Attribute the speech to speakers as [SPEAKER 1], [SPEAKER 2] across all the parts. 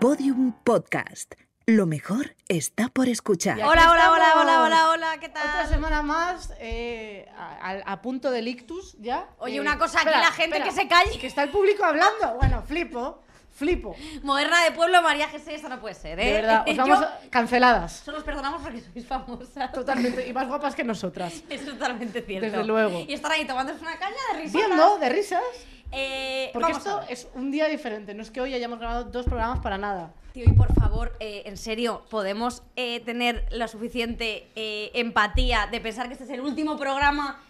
[SPEAKER 1] Podium Podcast. Lo mejor está por escuchar.
[SPEAKER 2] Hola, hola, hola,
[SPEAKER 3] estamos.
[SPEAKER 2] hola, hola, hola, ¿qué
[SPEAKER 3] Otra
[SPEAKER 2] tal?
[SPEAKER 3] semana más, eh, a, a- a punto del ictus ya.
[SPEAKER 2] Oye,
[SPEAKER 3] Eh,
[SPEAKER 2] una cosa, aquí la gente que se calle.
[SPEAKER 3] Que está el público hablando. Bueno, flipo, flipo.
[SPEAKER 2] Moderna de pueblo, María Jesús, esto no puede ser, ¿eh?
[SPEAKER 3] De verdad, os
[SPEAKER 2] Yo-
[SPEAKER 3] vamos a- canceladas.
[SPEAKER 2] Solo os perdonamos porque sois famosas.
[SPEAKER 3] Totalmente, y más guapas que nosotras.
[SPEAKER 2] Es totalmente cierto.
[SPEAKER 3] Desde luego.
[SPEAKER 2] Y estar ahí tomándose una caña de risa.
[SPEAKER 3] Viendo, de risas.
[SPEAKER 2] Eh,
[SPEAKER 3] Porque
[SPEAKER 2] vamos
[SPEAKER 3] esto
[SPEAKER 2] a ver.
[SPEAKER 3] es un día diferente, no es que hoy hayamos grabado dos programas para nada.
[SPEAKER 2] Tío, y por favor, eh, en serio, ¿podemos eh, tener la suficiente eh, empatía de pensar que este es el último programa?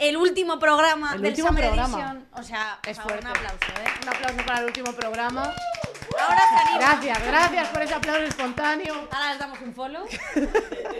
[SPEAKER 2] El último programa
[SPEAKER 3] El
[SPEAKER 2] del
[SPEAKER 3] último
[SPEAKER 2] Summer
[SPEAKER 3] programa.
[SPEAKER 2] Edition. O sea, por
[SPEAKER 3] Es
[SPEAKER 2] favor, un
[SPEAKER 3] fuerte.
[SPEAKER 2] aplauso, ¿eh?
[SPEAKER 3] Un aplauso para el último programa.
[SPEAKER 2] Ahora se anima.
[SPEAKER 3] Gracias, gracias por ese aplauso espontáneo.
[SPEAKER 2] Ahora les damos un follow.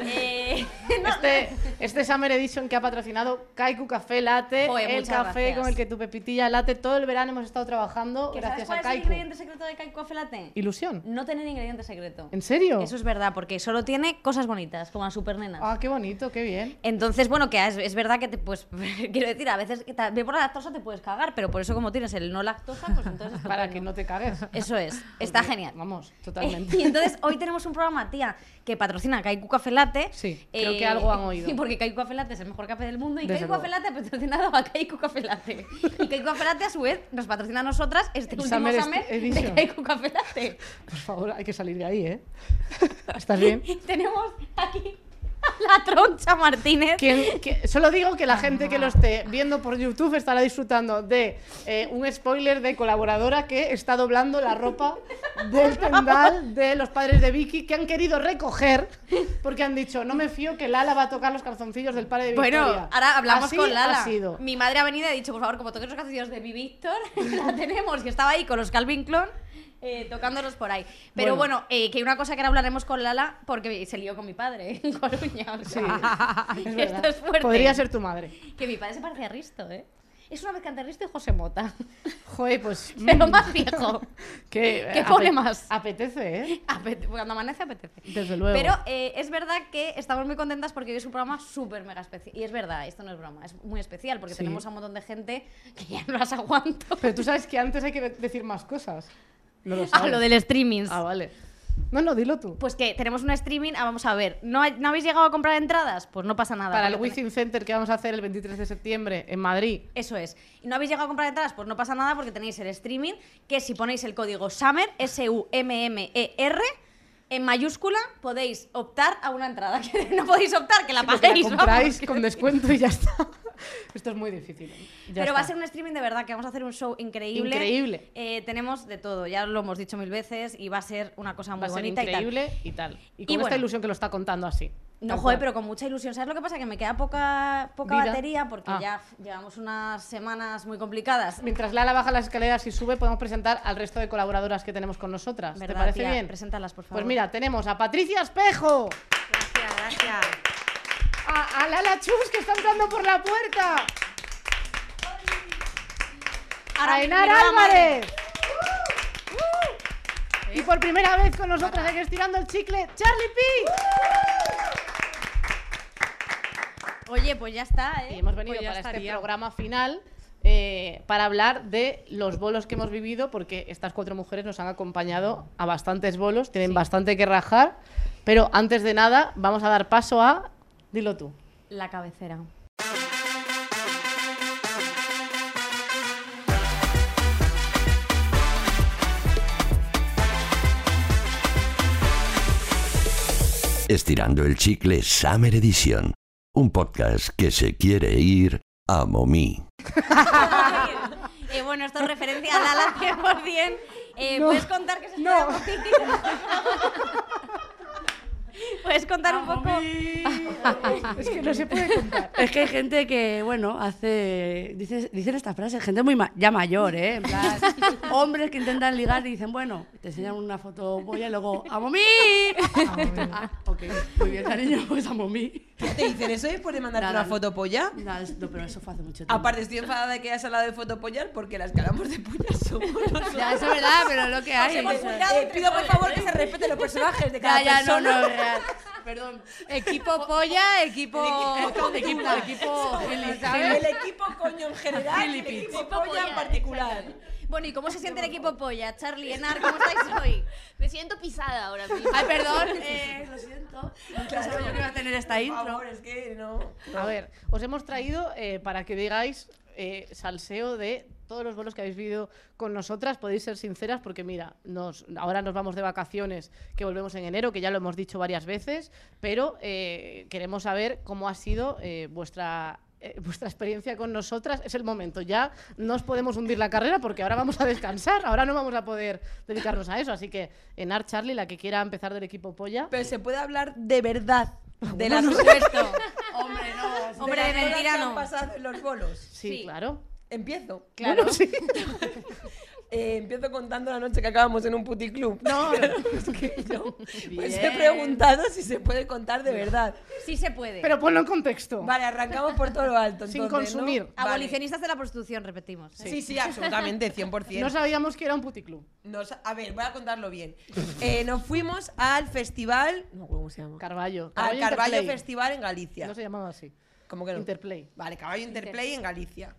[SPEAKER 2] Eh, no,
[SPEAKER 3] Este, este Summer Edition que ha patrocinado Kaiku Café Latte,
[SPEAKER 2] Joder,
[SPEAKER 3] el
[SPEAKER 2] muchas
[SPEAKER 3] café
[SPEAKER 2] gracias.
[SPEAKER 3] con el que tu pepitilla late todo el verano hemos estado trabajando
[SPEAKER 2] ¿Que
[SPEAKER 3] gracias
[SPEAKER 2] ¿Sabes
[SPEAKER 3] a
[SPEAKER 2] cuál es el
[SPEAKER 3] Kaiku.
[SPEAKER 2] ingrediente secreto de Kaiku Coffee Latte?
[SPEAKER 3] Ilusión.
[SPEAKER 2] No tener ingrediente secreto.
[SPEAKER 3] ¿En serio?
[SPEAKER 2] Eso es verdad, porque solo tiene cosas bonitas, como las supernenas.
[SPEAKER 3] Ah, qué bonito, qué bien.
[SPEAKER 2] Entonces, bueno, que es, es verdad que te, pues, quiero decir, a veces que también por la lactosa te puedes cagar, pero por eso como tienes el no lactosa, pues entonces...
[SPEAKER 3] Para
[SPEAKER 2] estupendo.
[SPEAKER 3] que no te cagues.
[SPEAKER 2] Eso es, está
[SPEAKER 3] Porque,
[SPEAKER 2] genial.
[SPEAKER 3] Vamos,
[SPEAKER 2] Y
[SPEAKER 3] totalmente.
[SPEAKER 2] entonces hoy tenemos un programa, tía, que patrocina Kaiku Café Latte.
[SPEAKER 3] Sí, creo que algo han oído.
[SPEAKER 2] Sí, porque Kaiku Café Latte es el mejor café del mundo y
[SPEAKER 3] Desde
[SPEAKER 2] Kaiku
[SPEAKER 3] luego.
[SPEAKER 2] Café Latte ha patrocinado a Kaiku Café Latte. Y Kaiku Café Latte a su vez nos patrocina a nosotras este
[SPEAKER 3] El
[SPEAKER 2] último
[SPEAKER 3] Summer
[SPEAKER 2] summer, de
[SPEAKER 3] Edition.
[SPEAKER 2] Kaiku Café Latte.
[SPEAKER 3] Por favor, hay que salir de ahí, ¿eh? ¿Estás bien?
[SPEAKER 2] Tenemos aquí a la troncha Martínez.
[SPEAKER 3] Quien- que- solo digo que la gente que lo esté viendo por YouTube estará disfrutando de eh, un spoiler de colaboradora que está doblando la ropa del tendal de los padres de Vicky que han querido recoger porque han dicho no me fío que Lala va a tocar los calzoncillos del padre de Victoria.
[SPEAKER 2] Bueno, ahora hablamos
[SPEAKER 3] Así
[SPEAKER 2] con Lala.
[SPEAKER 3] Ha sido.
[SPEAKER 2] Mi madre ha venido y ha dicho, por favor, como toques los calzoncillos de mi Víctor, la tenemos. Y estaba ahí con los Calvin Klein eh, tocándolos por ahí. Pero bueno,
[SPEAKER 3] Bueno.
[SPEAKER 2] eh, que hay una cosa que ahora hablaremos con Lala porque se lió con mi padre en Coruña. o sea,
[SPEAKER 3] Sí, Ah, es verdad.
[SPEAKER 2] esto es fuerte.
[SPEAKER 3] Podría ser tu madre.
[SPEAKER 2] Que mi padre se parece a Risto, ¿eh? Es una mezcla entre Risto y José Mota.
[SPEAKER 3] Joder, pues.
[SPEAKER 2] Pero
[SPEAKER 3] mm,
[SPEAKER 2] más viejo.
[SPEAKER 3] que,
[SPEAKER 2] ¿Qué
[SPEAKER 3] eh,
[SPEAKER 2] pone
[SPEAKER 3] ape-
[SPEAKER 2] más?
[SPEAKER 3] Apetece, ¿eh?
[SPEAKER 2] Apete- Cuando amanece apetece.
[SPEAKER 3] Desde luego.
[SPEAKER 2] Pero eh, es verdad que estamos muy contentas porque hoy es un programa súper mega especial. Y es verdad, esto no es broma, es muy especial porque
[SPEAKER 3] Sí.
[SPEAKER 2] tenemos a un montón de gente que ya no las aguanto.
[SPEAKER 3] Pero tú sabes que antes hay que decir más cosas. No lo
[SPEAKER 2] A
[SPEAKER 3] sabes.
[SPEAKER 2] Ah, lo del streaming.
[SPEAKER 3] Ah, vale. No, no, dilo tú.
[SPEAKER 2] Pues que tenemos un streaming, ah, vamos a ver, ¿no, hay- no habéis llegado a comprar entradas? Pues no pasa nada.
[SPEAKER 3] Para el
[SPEAKER 2] porque ten-
[SPEAKER 3] Within Center que vamos a hacer el 23 de septiembre en Madrid.
[SPEAKER 2] Eso es. Y no habéis llegado a comprar entradas, pues no pasa nada porque tenéis el streaming, que si ponéis el código SUMMER, S-U-M-M-E-R, E en mayúscula, podéis optar a una entrada. Que no podéis optar, que la
[SPEAKER 3] Porque la
[SPEAKER 2] paguéis. vamos.
[SPEAKER 3] compráis con descuento y ya está. Esto es muy difícil. Ya
[SPEAKER 2] Pero va a
[SPEAKER 3] está.
[SPEAKER 2] ser un streaming de verdad, que vamos a hacer un show increíble.
[SPEAKER 3] Increíble.
[SPEAKER 2] Eh, tenemos de todo, ya lo hemos dicho mil veces y va a ser una cosa
[SPEAKER 3] Va
[SPEAKER 2] muy
[SPEAKER 3] a ser
[SPEAKER 2] bonita y tal.
[SPEAKER 3] increíble y tal. Y,
[SPEAKER 2] Y
[SPEAKER 3] con esta
[SPEAKER 2] bueno.
[SPEAKER 3] ilusión que lo está contando así.
[SPEAKER 2] No,
[SPEAKER 3] Tal
[SPEAKER 2] joder,
[SPEAKER 3] cual.
[SPEAKER 2] pero con mucha ilusión. ¿Sabes lo que pasa? Que me queda poca, poca
[SPEAKER 3] Vida.
[SPEAKER 2] batería porque
[SPEAKER 3] Ah.
[SPEAKER 2] ya f- llevamos unas semanas muy complicadas.
[SPEAKER 3] Mientras Lala baja las escaleras y sube, podemos presentar al resto de colaboradoras que tenemos con nosotras. ¿Te
[SPEAKER 2] ¿Verdad,
[SPEAKER 3] parece
[SPEAKER 2] tía?
[SPEAKER 3] bien?
[SPEAKER 2] Preséntalas, por favor.
[SPEAKER 3] Pues mira, tenemos a Patricia Espejo,
[SPEAKER 2] Gracias, gracias.
[SPEAKER 3] a, a Lala Chus, que está entrando por la puerta, a Enar Álvarez. Y por primera vez con nosotras aquí estirando el chicle, Charlie P.
[SPEAKER 2] Oye, pues ya está, ¿eh?
[SPEAKER 3] Y hemos venido
[SPEAKER 2] Pues ya
[SPEAKER 3] para este
[SPEAKER 2] estaría.
[SPEAKER 3] programa final eh, para hablar de los bolos que hemos vivido, porque estas cuatro mujeres nos han acompañado a bastantes bolos, tienen bastante que rajar, pero antes de nada vamos a dar paso a... Dilo tú.
[SPEAKER 2] La cabecera.
[SPEAKER 4] Estirando el chicle Summer Edition, un podcast que se quiere ir a Momí.
[SPEAKER 2] Eh, bueno, esto es referencia a Lala 100%. Eh,
[SPEAKER 3] No.
[SPEAKER 2] ¿Puedes contar qué se
[SPEAKER 3] No.
[SPEAKER 2] espera por ti? ¿Puedes contar un poco?
[SPEAKER 3] es que no se puede contar.
[SPEAKER 5] Es que hay gente que, bueno, hace. Dicen, dicen estas frases, gente muy ma- ya mayor, ¿eh? En plan, hombres que intentan ligar y dicen, bueno, te enseñan una foto polla y luego, ¡Amo mí! Ah, ok, muy bien, cariño, pues amo mí.
[SPEAKER 6] ¿Te dicen eso después de mandarte
[SPEAKER 5] Nada,
[SPEAKER 6] una
[SPEAKER 5] no.
[SPEAKER 6] foto polla?
[SPEAKER 5] Nada, es- no, pero eso fue hace mucho tiempo.
[SPEAKER 6] Aparte, estoy enfadada de que hayas hablado de fotopollar porque las que hablamos de pollas somos nosotros.
[SPEAKER 5] Ya, eso es pues, verdad, pero es lo que hay.
[SPEAKER 2] hemos
[SPEAKER 5] Ya,
[SPEAKER 2] juntado
[SPEAKER 6] Eh, pido por favor que se respeten los personajes de cada
[SPEAKER 5] ya, no,
[SPEAKER 6] persona.
[SPEAKER 5] no, es real. Perdón. Equipo polla, equipo. Equipo, equipo. Gili, ¿sabes?
[SPEAKER 6] El equipo coño en general y el equipo polla en particular.
[SPEAKER 2] Bueno, ¿y cómo se siente el equipo polla? Charlie, Enar, ¿cómo estáis hoy?
[SPEAKER 7] Me siento pisada ahora mismo.
[SPEAKER 5] Ay, perdón, eh, lo siento. No pensaba yo que iba a tener esta
[SPEAKER 6] Por
[SPEAKER 5] intro.
[SPEAKER 6] favor, es que no.
[SPEAKER 3] A ver, os hemos traído eh, para que digáis eh, salseo de todos los bolos que habéis vivido con nosotras. Podéis ser sinceras porque, mira, nos, ahora nos vamos de vacaciones, que volvemos en enero, que ya lo hemos dicho varias veces, pero eh, queremos saber cómo ha sido eh, vuestra eh, vuestra experiencia con nosotras es el momento ya no os podemos hundir la carrera porque ahora vamos a descansar ahora no vamos a poder dedicarnos a eso así que Enar Charlie la que quiera empezar del equipo polla
[SPEAKER 6] Pero se puede hablar de verdad de las
[SPEAKER 2] supuesto.
[SPEAKER 5] Hombre, no.
[SPEAKER 2] Hombre,
[SPEAKER 6] de,
[SPEAKER 2] de
[SPEAKER 6] las cosas
[SPEAKER 2] mentira
[SPEAKER 6] que han
[SPEAKER 2] no.
[SPEAKER 6] pasado en los bolos.
[SPEAKER 3] sí,
[SPEAKER 2] sí.
[SPEAKER 3] claro
[SPEAKER 6] Empiezo.
[SPEAKER 2] Claro.
[SPEAKER 3] Bueno, sí.
[SPEAKER 6] Eh, empiezo contando la noche que acabamos en un puticlub. No, es que yo pues he
[SPEAKER 5] Bien.
[SPEAKER 6] preguntado si se puede contar de verdad.
[SPEAKER 2] Sí se puede.
[SPEAKER 3] pero ponlo en contexto
[SPEAKER 6] Vale, arrancamos por todo lo alto.
[SPEAKER 3] Sin
[SPEAKER 6] entonces, ¿no?
[SPEAKER 3] consumir.
[SPEAKER 6] Vale.
[SPEAKER 2] Abolicionistas de la prostitución, repetimos.
[SPEAKER 6] Sí, sí, absolutamente, 100%.
[SPEAKER 3] No sabíamos que era un puticlub.
[SPEAKER 6] Nos- a ver, voy a contarlo bien. Eh, nos fuimos al festival. No, ¿cómo se llama?
[SPEAKER 3] Carballo.
[SPEAKER 5] Ah,
[SPEAKER 6] al Carballo
[SPEAKER 3] Interplay.
[SPEAKER 6] Festival en Galicia.
[SPEAKER 3] No se llamaba así.
[SPEAKER 6] ¿Cómo que no?
[SPEAKER 3] Interplay.
[SPEAKER 6] Vale, Caballo Interplay en Galicia.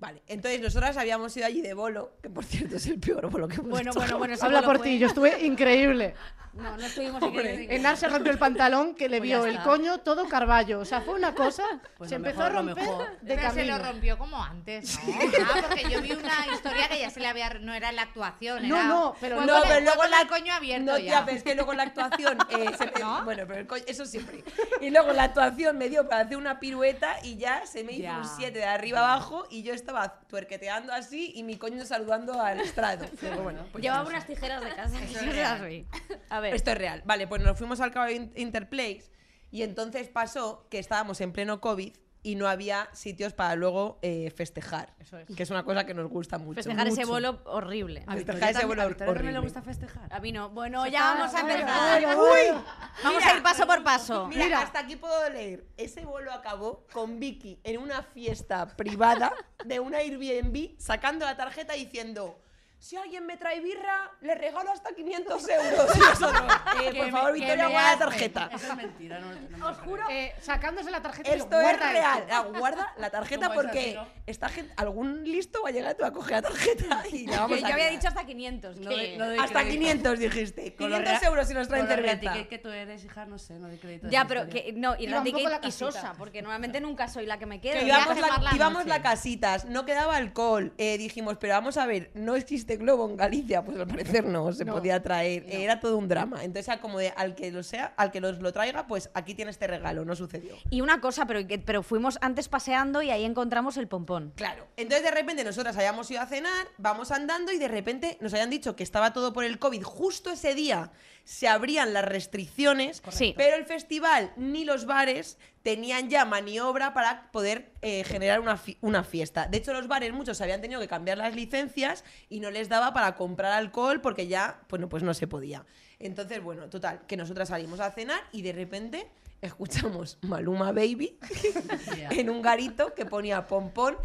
[SPEAKER 6] Vale, entonces nosotras habíamos ido allí de bolo, que por cierto es el peor bolo que hemos
[SPEAKER 2] Bueno,
[SPEAKER 6] hecho.
[SPEAKER 2] bueno, bueno. ese
[SPEAKER 3] Habla
[SPEAKER 2] bolo
[SPEAKER 3] por
[SPEAKER 2] fue-
[SPEAKER 3] ti, yo estuve increíble.
[SPEAKER 2] No, no estuvimos
[SPEAKER 6] Hombre,
[SPEAKER 2] aquí.
[SPEAKER 3] Enar se rompió el pantalón que le
[SPEAKER 5] Pues
[SPEAKER 3] vio
[SPEAKER 5] ya
[SPEAKER 3] el
[SPEAKER 5] está.
[SPEAKER 3] coño todo Carballo. O sea, fue una cosa.
[SPEAKER 5] Pues
[SPEAKER 3] se
[SPEAKER 5] lo
[SPEAKER 3] empezó
[SPEAKER 5] mejor,
[SPEAKER 3] a
[SPEAKER 5] lo
[SPEAKER 3] romper
[SPEAKER 5] mejor.
[SPEAKER 3] de
[SPEAKER 8] Pero se lo
[SPEAKER 3] camino.
[SPEAKER 8] rompió como antes, ¿no? Ah, porque yo vi una historia que ya se le había... No era la actuación,
[SPEAKER 3] No,
[SPEAKER 8] era...
[SPEAKER 3] no, pero
[SPEAKER 8] fue
[SPEAKER 3] no,
[SPEAKER 8] con el-
[SPEAKER 6] pero
[SPEAKER 8] fue
[SPEAKER 6] luego
[SPEAKER 8] con
[SPEAKER 6] la
[SPEAKER 8] el coño abierto
[SPEAKER 6] No,
[SPEAKER 8] ya.
[SPEAKER 6] tía, pero es que luego la actuación. eh, se me- Bueno, pero el coño- eso siempre. Y luego la actuación me dio para hacer una pirueta y ya se me hizo
[SPEAKER 5] Ya.
[SPEAKER 6] un 7 de arriba abajo y yo estaba tuerqueteando así y mi coño saludando al estrado. Pero bueno, pues ya
[SPEAKER 2] Llevaba
[SPEAKER 6] no sé.
[SPEAKER 2] unas tijeras de casa. que yo se las vi. A ver.
[SPEAKER 6] Esto es real. Vale, pues nos fuimos al caballo In- Interplays y entonces pasó que estábamos en pleno COVID y no había sitios para luego eh, festejar. Que es una cosa que nos gusta mucho.
[SPEAKER 2] Festejar ese
[SPEAKER 6] mucho.
[SPEAKER 2] bolo horrible.
[SPEAKER 5] A
[SPEAKER 6] Festejar
[SPEAKER 5] Victoria
[SPEAKER 6] ese
[SPEAKER 5] también-
[SPEAKER 6] vuelo
[SPEAKER 5] a Victoria también
[SPEAKER 6] horrible.
[SPEAKER 5] le gusta festejar.
[SPEAKER 2] A mí no. Bueno, ya vamos a empezar.
[SPEAKER 3] Bueno, bueno.
[SPEAKER 2] Vamos a ir paso por paso.
[SPEAKER 6] Mira, hasta aquí puedo leer. Ese bolo acabó con Vicky en una fiesta privada de una Airbnb sacando la tarjeta diciendo. Si alguien me trae birra, le regalo hasta 500 euros. Y nosotros, eh, por favor, Victoria, guarda la tarjeta.
[SPEAKER 5] Eso es mentira, no, no me lo
[SPEAKER 3] Os juro. Eh, sacándose la tarjeta. y digo,
[SPEAKER 6] Esto es
[SPEAKER 3] "Guarda
[SPEAKER 6] real. Ah, Guarda la tarjeta
[SPEAKER 5] Como es
[SPEAKER 6] porque
[SPEAKER 5] así, ¿no?
[SPEAKER 6] esta gente, algún listo va a llegar y te va a coger la tarjeta y la vamos
[SPEAKER 2] Que
[SPEAKER 6] a
[SPEAKER 2] yo había
[SPEAKER 6] liar.
[SPEAKER 2] dicho hasta 500.
[SPEAKER 5] No
[SPEAKER 2] que-
[SPEAKER 5] de- no de-
[SPEAKER 6] Hasta
[SPEAKER 5] que-
[SPEAKER 6] 500 dijiste.
[SPEAKER 5] Con lo
[SPEAKER 6] 500
[SPEAKER 5] rea-
[SPEAKER 6] euros si nos traen
[SPEAKER 5] con lo
[SPEAKER 6] cerveza.
[SPEAKER 5] reati que tú eres, hija, no sé, no de crédito. a
[SPEAKER 2] ya,
[SPEAKER 5] esa
[SPEAKER 2] pero
[SPEAKER 5] historia.
[SPEAKER 2] que no, y
[SPEAKER 3] Iba un
[SPEAKER 2] Randy
[SPEAKER 3] poco
[SPEAKER 2] Kate
[SPEAKER 3] la
[SPEAKER 2] y
[SPEAKER 3] casita.
[SPEAKER 2] Sosa, porque normalmente nunca soy la que me quedo.
[SPEAKER 6] Que
[SPEAKER 2] Ya-
[SPEAKER 6] íbamos
[SPEAKER 8] viaje
[SPEAKER 6] la,
[SPEAKER 8] por la
[SPEAKER 6] íbamos
[SPEAKER 8] noche.
[SPEAKER 6] la casitas, no quedaba alcohol. Eh, dijimos, pero vamos a ver, no existe globo en Galicia, pues al parecer no se podía traer. Eh, Era todo un drama. Entonces era como de al que lo sea, al que los lo traiga, pues aquí tienes este regalo. No sucedió.
[SPEAKER 2] Y una cosa, pero, que- pero fuimos antes paseando y ahí encontramos el pompón.
[SPEAKER 6] Claro. Entonces de repente nosotras hayamos ido a cenar, vamos andando y de repente nos hayan dicho que estaba todo por el COVID. Justo ese día se abrían las restricciones,
[SPEAKER 2] Correcto.
[SPEAKER 6] pero el festival ni los bares tenían ya maniobra para poder eh, generar una, fi- una fiesta. De hecho, los bares muchos habían tenido que cambiar las licencias y no les daba para comprar alcohol porque ya, bueno, pues no se podía. Entonces, bueno, total, que nosotras salimos a cenar y de repente escuchamos Maluma Baby en un garito que ponía pompón.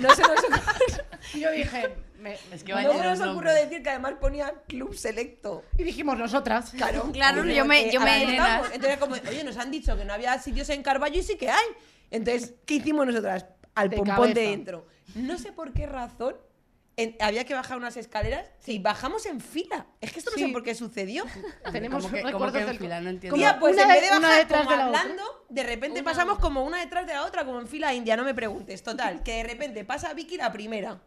[SPEAKER 6] No se nos ocurrió,
[SPEAKER 3] Y yo dije. me-
[SPEAKER 5] Es que
[SPEAKER 6] no
[SPEAKER 5] va
[SPEAKER 6] se nos ocurrió decir que además ponía club selecto.
[SPEAKER 3] Y dijimos nosotras.
[SPEAKER 6] Claro,
[SPEAKER 2] Claro,
[SPEAKER 6] Porque,
[SPEAKER 2] yo me-
[SPEAKER 6] eh,
[SPEAKER 2] yo me-
[SPEAKER 6] ahora no
[SPEAKER 2] nenas.
[SPEAKER 6] estamos. Entonces, como, oye, nos han dicho que no había sitios en Carballo y sí que hay. Entonces, ¿qué hicimos nosotras? Al
[SPEAKER 3] De
[SPEAKER 6] pompón de
[SPEAKER 3] cabeza.
[SPEAKER 6] dentro. No sé por qué razón. en- había que bajar unas escaleras y bajamos en fila. Es que esto no
[SPEAKER 3] Sí.
[SPEAKER 6] sé por qué sucedió.
[SPEAKER 3] Tenemos
[SPEAKER 5] como que- como
[SPEAKER 3] recuerdos
[SPEAKER 5] que en
[SPEAKER 3] del.
[SPEAKER 5] fila, no entiendo.
[SPEAKER 3] Como
[SPEAKER 6] Tía, pues
[SPEAKER 3] una
[SPEAKER 6] en vez
[SPEAKER 3] de-
[SPEAKER 6] de
[SPEAKER 3] una
[SPEAKER 6] bajar
[SPEAKER 3] detrás
[SPEAKER 6] como
[SPEAKER 3] de la otra.
[SPEAKER 6] hablando, de repente pasamos como una detrás de la otra, como en fila india, no me preguntes. Total, que de repente pasa Vicky la primera.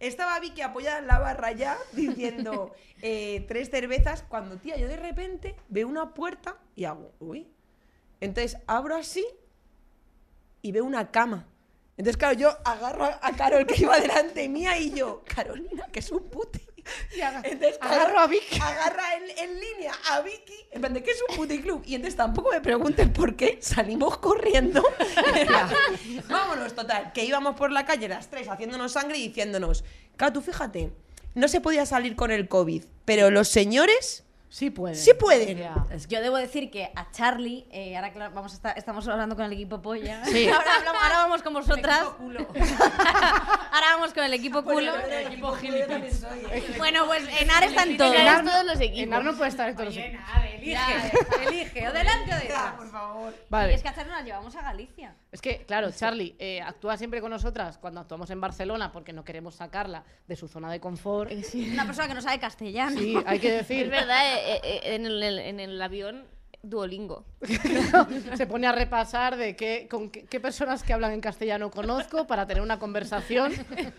[SPEAKER 6] Estaba Vicky apoyada en la barra ya, diciendo eh, tres cervezas, cuando, tía, yo de repente veo una puerta y hago, uy. Entonces abro así y veo una cama. Entonces, claro, yo agarro a Carol que iba delante mía y yo, Carolina, que es un puti.
[SPEAKER 3] Y aga-
[SPEAKER 6] Entonces,
[SPEAKER 3] agarro a Vicky.
[SPEAKER 6] Agarra en, en línea a Vicky, en plan de que es un puticlub. Y entonces tampoco me pregunten por qué salimos corriendo. Vámonos, total. Que íbamos por la calle las tres haciéndonos sangre y diciéndonos, claro, tú fíjate, no se podía salir con el COVID, pero los señores
[SPEAKER 3] Sí pueden.
[SPEAKER 6] sí pueden.
[SPEAKER 3] Ya.
[SPEAKER 2] Yo debo decir que a Charlie, eh, ahora claro, vamos a estar- estamos hablando con el equipo polla. ahora, hablamos- ahora vamos con vosotras. ahora vamos con el equipo culo.
[SPEAKER 6] equipo
[SPEAKER 2] Bueno, pues Enar está en todo.
[SPEAKER 7] Enar es todos los equipos.
[SPEAKER 3] Enar no puede estar en todos los
[SPEAKER 8] Oye,
[SPEAKER 3] equipos.
[SPEAKER 8] nada, a ver,
[SPEAKER 5] Elige,
[SPEAKER 2] Ya,
[SPEAKER 5] elige, o delante o detrás.
[SPEAKER 6] por favor.
[SPEAKER 3] Vale.
[SPEAKER 2] Y es que hacer nos llevamos a Galicia.
[SPEAKER 3] Es que, claro, Charlie eh, actúa siempre con nosotras cuando actuamos en Barcelona porque no queremos sacarla de su zona de confort.
[SPEAKER 2] Una persona que no sabe castellano.
[SPEAKER 3] Sí, hay que
[SPEAKER 7] Es
[SPEAKER 3] decir,
[SPEAKER 7] verdad, eh, eh, en, el, en el avión, Duolingo.
[SPEAKER 3] se pone a repasar de qué, con qué, qué personas que hablan en castellano conozco para tener una conversación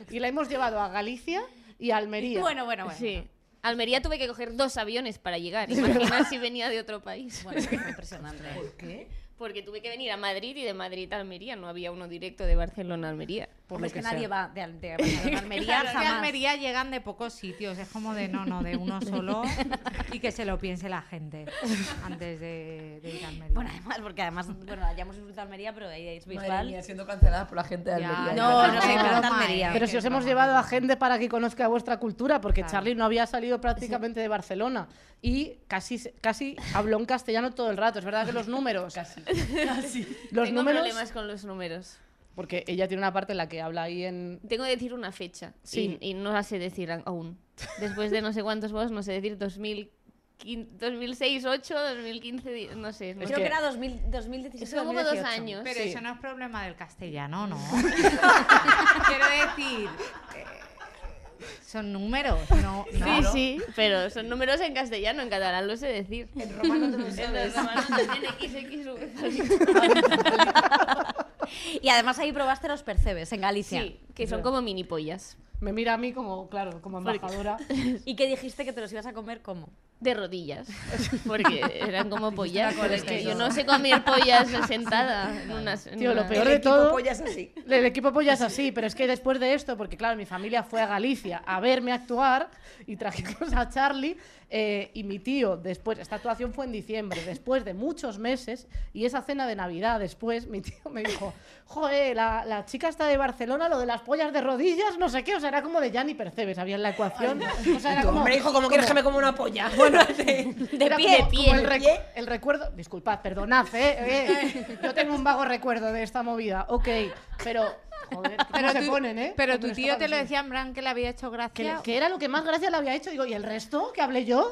[SPEAKER 3] y la hemos llevado a Galicia y a Almería.
[SPEAKER 2] Bueno, bueno, bueno.
[SPEAKER 7] Sí. Almería tuve que coger dos aviones para llegar. Imagina si venía de otro país.
[SPEAKER 2] Bueno, fue impresionante.
[SPEAKER 6] ¿Qué?
[SPEAKER 7] Porque tuve que venir a Madrid y de Madrid a Almería. No había uno directo de Barcelona a Almería.
[SPEAKER 3] por
[SPEAKER 2] Hombre,
[SPEAKER 3] lo
[SPEAKER 2] es que,
[SPEAKER 3] sea.
[SPEAKER 2] nadie va de, de Barcelona a Almería
[SPEAKER 9] Claro, es que a
[SPEAKER 2] jamás.
[SPEAKER 9] Almería llegan de pocos sitios, es como de no, no, de uno solo y que se lo piense la gente antes de, de ir a Almería.
[SPEAKER 2] Bueno, además, porque además, bueno, ya hemos insultado a Almería, pero ahí es
[SPEAKER 6] Madre
[SPEAKER 2] Bisbal.
[SPEAKER 6] mía, siendo canceladas por la gente de
[SPEAKER 9] Ya,
[SPEAKER 6] Almería.
[SPEAKER 2] No, no
[SPEAKER 9] Es
[SPEAKER 2] sé, pero
[SPEAKER 9] broma,
[SPEAKER 2] Almería.
[SPEAKER 9] eh,
[SPEAKER 3] Pero
[SPEAKER 9] que
[SPEAKER 3] si os
[SPEAKER 9] es
[SPEAKER 3] hemos
[SPEAKER 9] broma.
[SPEAKER 3] llevado a gente para que conozca vuestra cultura, porque
[SPEAKER 9] Claro.
[SPEAKER 3] Charlie no había salido prácticamente de Barcelona y casi, se- casi habló en castellano todo el rato. Es verdad que los números, los
[SPEAKER 7] Tengo
[SPEAKER 3] números,
[SPEAKER 7] problemas con los números.
[SPEAKER 3] porque ella tiene una parte en la que habla ahí en...
[SPEAKER 7] Tengo que decir una fecha.
[SPEAKER 3] Sí.
[SPEAKER 7] Y, y no la sé decir a- aún. Después de no sé cuántos vos, no sé decir 2015, 2006, 2008, 2015, di- no sé. no
[SPEAKER 3] Es
[SPEAKER 7] sé.
[SPEAKER 2] Creo que,
[SPEAKER 3] que-
[SPEAKER 2] era 2000, 2017.
[SPEAKER 7] Son como dos
[SPEAKER 2] 2018.
[SPEAKER 7] años.
[SPEAKER 9] Pero
[SPEAKER 3] Sí.
[SPEAKER 9] eso no es problema del castellano, ¿no? Quiero decir, eh, son números, no. no.
[SPEAKER 7] Sí, sí, pero son números en castellano, en catalán lo sé decir.
[SPEAKER 6] En romano te lo
[SPEAKER 7] Entonces,
[SPEAKER 6] sabes.
[SPEAKER 7] romano también XXV.
[SPEAKER 2] Y además ahí probaste los percebes en Galicia.
[SPEAKER 7] Sí, que son como mini pollas.
[SPEAKER 3] Me mira a mí como, claro, como embajadora.
[SPEAKER 2] Y que dijiste que te los ibas a comer como.
[SPEAKER 7] De rodillas. Porque eran como pollas.
[SPEAKER 9] con
[SPEAKER 7] pero
[SPEAKER 9] el
[SPEAKER 7] es que
[SPEAKER 9] queso.
[SPEAKER 7] yo no sé comer pollas sentada. En unas, en
[SPEAKER 3] Tío, lo
[SPEAKER 7] una-
[SPEAKER 3] peor
[SPEAKER 6] El
[SPEAKER 3] de
[SPEAKER 6] equipo
[SPEAKER 3] todo-
[SPEAKER 6] pollas así.
[SPEAKER 3] El equipo Pollas así, pero es que después de esto, porque claro, mi familia fue a Galicia a verme actuar y trajimos a Charlie eh, y mi tío después, esta actuación fue en diciembre, después de muchos meses y esa cena de Navidad después, mi tío me dijo, joder, la, la chica está de Barcelona, lo de las pollas de rodillas, no sé qué, o sea, era como de Yanni Percebes, había en la ecuación. O sea, era como,
[SPEAKER 6] Hombre, hijo, ¿cómo quieres que me coma una polla? Bueno, de-
[SPEAKER 3] era
[SPEAKER 7] pie,
[SPEAKER 3] como- como
[SPEAKER 7] de pie,
[SPEAKER 3] el,
[SPEAKER 6] de
[SPEAKER 3] recu-
[SPEAKER 6] pie.
[SPEAKER 3] el recuerdo. Disculpad, perdonad, ¿eh? eh, Yo tengo un vago recuerdo de esta movida. Ok, pero. Joder, ¿cómo
[SPEAKER 9] Pero,
[SPEAKER 3] se
[SPEAKER 9] tu,
[SPEAKER 3] ponen, eh?
[SPEAKER 9] pero
[SPEAKER 3] Cuando
[SPEAKER 9] tu
[SPEAKER 3] está
[SPEAKER 9] tío te lo
[SPEAKER 3] Barcelona.
[SPEAKER 9] decía en plan que le había hecho
[SPEAKER 3] Que,
[SPEAKER 9] gracia.
[SPEAKER 3] que era lo que más gracia le había hecho. Digo, ¿y el resto que hablé yo?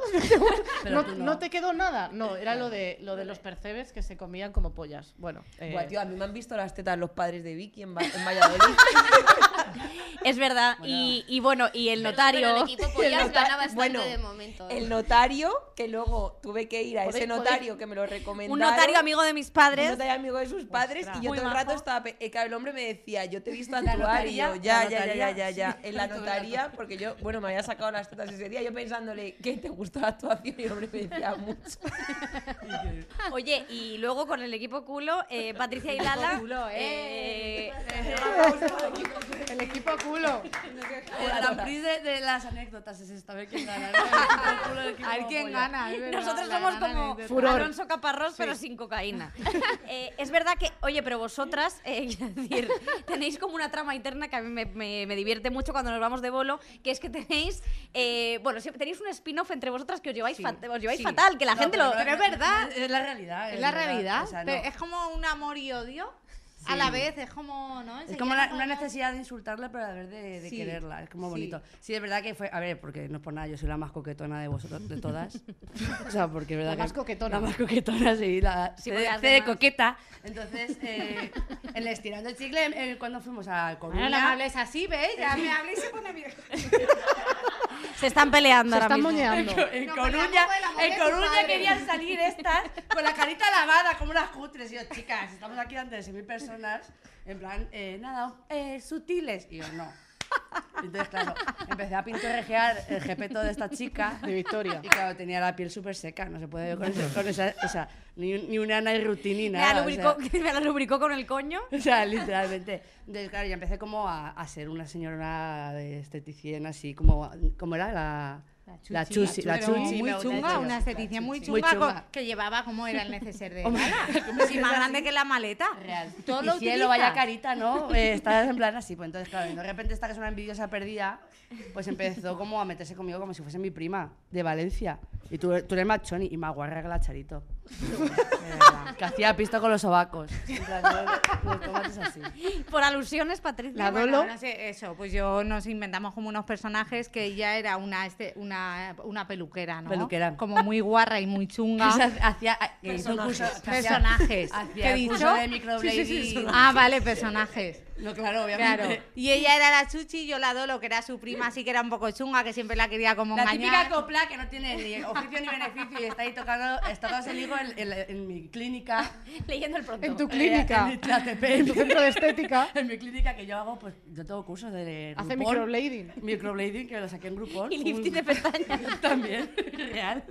[SPEAKER 3] no, no te quedó nada. No, era lo de, lo de los percebes que se comían como pollas. Bueno, eh,
[SPEAKER 6] Buah, tío, a mí me han visto las tetas los padres de Vicky en, Va- en Valladolid.
[SPEAKER 2] Es verdad. Y, y bueno, y el notario.
[SPEAKER 7] Pero el equipo pollas
[SPEAKER 6] nota-
[SPEAKER 7] gana bastante
[SPEAKER 6] bueno,
[SPEAKER 7] de momento.
[SPEAKER 6] El notario, que luego tuve que ir a ese
[SPEAKER 3] Podéis- podéis-
[SPEAKER 6] notario que me lo recomendaron.
[SPEAKER 2] un notario amigo de mis
[SPEAKER 6] Un
[SPEAKER 2] padres.
[SPEAKER 6] notario amigo de sus padres y yo
[SPEAKER 2] Muy
[SPEAKER 6] todo el rato
[SPEAKER 2] majo.
[SPEAKER 6] estaba... pe- eh, claro, el hombre me decía, yo te he visto actuar y yo,
[SPEAKER 9] notaría,
[SPEAKER 6] ya,
[SPEAKER 9] la
[SPEAKER 6] ya, ya, ya,
[SPEAKER 9] notaría,
[SPEAKER 6] ya, ya.
[SPEAKER 9] sí,
[SPEAKER 6] En la
[SPEAKER 9] todo el
[SPEAKER 6] notaría, porque yo, bueno, me había sacado las tetas ese día, yo pensándole, que te gustó la actuación? Y el hombre me decía mucho.
[SPEAKER 2] Oye, y luego con el equipo culo, eh, Patricia y Lala.
[SPEAKER 9] culo, eh.
[SPEAKER 3] el equipo culo.
[SPEAKER 5] El Grand Prix de, de las anécdotas es esta, a ver quién gana. ¿no? El equipo
[SPEAKER 9] A ver quién
[SPEAKER 5] polla.
[SPEAKER 9] gana. es verdad,
[SPEAKER 2] Nosotros
[SPEAKER 9] la
[SPEAKER 2] somos
[SPEAKER 9] gran
[SPEAKER 2] como
[SPEAKER 9] anécdota.
[SPEAKER 3] Furor.
[SPEAKER 2] Alonso Caparrós, pero sin cocaína. Eh, es verdad que, oye, pero vosotras, eh, quiero decir, tenéis como una trama interna que a mí me, me- me divierte mucho cuando nos vamos de bolo, que es que tenéis, eh, bueno, siempre tenéis un spin-off entre vosotras que os lleváis, fat- os lleváis
[SPEAKER 5] sí.
[SPEAKER 2] fatal, que la
[SPEAKER 5] No,
[SPEAKER 2] gente
[SPEAKER 5] pero
[SPEAKER 2] lo...
[SPEAKER 5] no-
[SPEAKER 9] Pero es verdad.
[SPEAKER 5] Es la realidad.
[SPEAKER 9] Es la realidad.
[SPEAKER 5] o sea, no.
[SPEAKER 9] pero es como un amor y odio. A la vez, es como, ¿no?
[SPEAKER 5] Es
[SPEAKER 9] Se
[SPEAKER 5] como
[SPEAKER 9] llena
[SPEAKER 5] la- una necesidad de insultarla, pero a la vez de, de
[SPEAKER 9] Sí,
[SPEAKER 5] quererla. Es como
[SPEAKER 9] sí.
[SPEAKER 5] bonito. Sí, es verdad que fue. A ver, porque no es por nada, yo soy la más coquetona de vosotros, de todas. O sea, porque es verdad
[SPEAKER 3] La
[SPEAKER 5] que.
[SPEAKER 3] más coquetona.
[SPEAKER 5] La más coquetona, sí. La, sí
[SPEAKER 2] porque las
[SPEAKER 5] de
[SPEAKER 2] demás-
[SPEAKER 5] coqueta. Entonces, eh, el estirando el chicle, eh, cuando fuimos a Coruña.
[SPEAKER 9] Bueno, no me hables así, ¿ves? Ya me hables y se pone bien.
[SPEAKER 2] Se están peleando
[SPEAKER 3] Se
[SPEAKER 2] ahora
[SPEAKER 3] están
[SPEAKER 2] mismo.
[SPEAKER 3] moñeando.
[SPEAKER 5] En
[SPEAKER 9] pues No, pero el
[SPEAKER 5] Coruña,
[SPEAKER 9] amor del amor de
[SPEAKER 5] en
[SPEAKER 9] tu
[SPEAKER 5] Coruña
[SPEAKER 9] padre.
[SPEAKER 5] querían salir ¿eh? estas con la carita lavada, como unas cutres. Y yo, chicas, estamos aquí ante 6.000 personas, en plan, eh, nada, eh, sutiles. Y yo, no. Entonces, claro, empecé a pintorrejear el jepeto de esta chica.
[SPEAKER 3] De Victoria.
[SPEAKER 5] Y claro, tenía la piel súper seca, no se puede ver con, ese- con esa, o sea, ni, un- ni una rutina ni
[SPEAKER 2] Me la,
[SPEAKER 5] nada. o sea.
[SPEAKER 2] lubricó, me la lubricó con el coño.
[SPEAKER 5] O sea, literalmente. Entonces, claro, ya empecé como a, a ser una señora de esteticien, así como, como era la... La chuchi, la
[SPEAKER 9] Pero
[SPEAKER 5] chuchi.
[SPEAKER 9] muy
[SPEAKER 5] me-
[SPEAKER 9] chunga,
[SPEAKER 5] la
[SPEAKER 9] una
[SPEAKER 5] chuchi.
[SPEAKER 9] esteticien muy
[SPEAKER 5] Muy
[SPEAKER 9] chunga,
[SPEAKER 5] chunga.
[SPEAKER 9] co- que llevaba como era el neceser de
[SPEAKER 5] Hombre,
[SPEAKER 9] Lala. Sí, más grande que la maleta.
[SPEAKER 5] Real.
[SPEAKER 9] Todo
[SPEAKER 5] y
[SPEAKER 9] lo
[SPEAKER 5] cielo,
[SPEAKER 9] utiliza.
[SPEAKER 5] vaya carita, ¿no? Eh, estás en plan así. Pues entonces, claro, y de repente esta que es una envidiosa perdida, pues empezó como a meterse conmigo como si fuese mi prima de Valencia. Y tú, tú eres más choni y más guarra que la charito.
[SPEAKER 9] de verdad.
[SPEAKER 5] Que hacía pista con los sobacos. En plan, no, Los tomates así.
[SPEAKER 2] Por alusiones, Patricia.
[SPEAKER 9] La
[SPEAKER 2] bueno,
[SPEAKER 9] Dolo. no sé, eso, pues yo nos inventamos como unos personajes que ella era una, este, una, una peluquera, ¿no?
[SPEAKER 5] Peluquera.
[SPEAKER 9] Como muy guarra y muy chunga.
[SPEAKER 5] Que se hacía, que hizo un curso- que hacía-
[SPEAKER 9] personajes.
[SPEAKER 5] Hacía
[SPEAKER 9] ¿Qué he
[SPEAKER 5] el curso
[SPEAKER 9] dicho?
[SPEAKER 5] de microblading.
[SPEAKER 9] Ah, vale, personajes.
[SPEAKER 5] No, claro, obviamente.
[SPEAKER 9] Claro. Y ella era la Chuchi y yo la Dolo, que era su prima, así que era un poco chunga, que siempre la quería como
[SPEAKER 5] La
[SPEAKER 9] engañar.
[SPEAKER 5] típica copla que no tiene ni oficio ni beneficio y está ahí tocando, está tocando el higo en, en la- en mi clínica.
[SPEAKER 7] Leyendo el pronto.
[SPEAKER 3] En tu clínica,
[SPEAKER 5] Eh, En, Tlatepec,
[SPEAKER 3] en tu centro de estética,
[SPEAKER 5] en mi clínica que yo hago, pues yo tengo cursos de
[SPEAKER 3] hace
[SPEAKER 5] Groupon.
[SPEAKER 3] microblading.
[SPEAKER 5] Microblading, que lo saqué en Groupon.
[SPEAKER 7] Y lifting de
[SPEAKER 5] pestañas. También, real.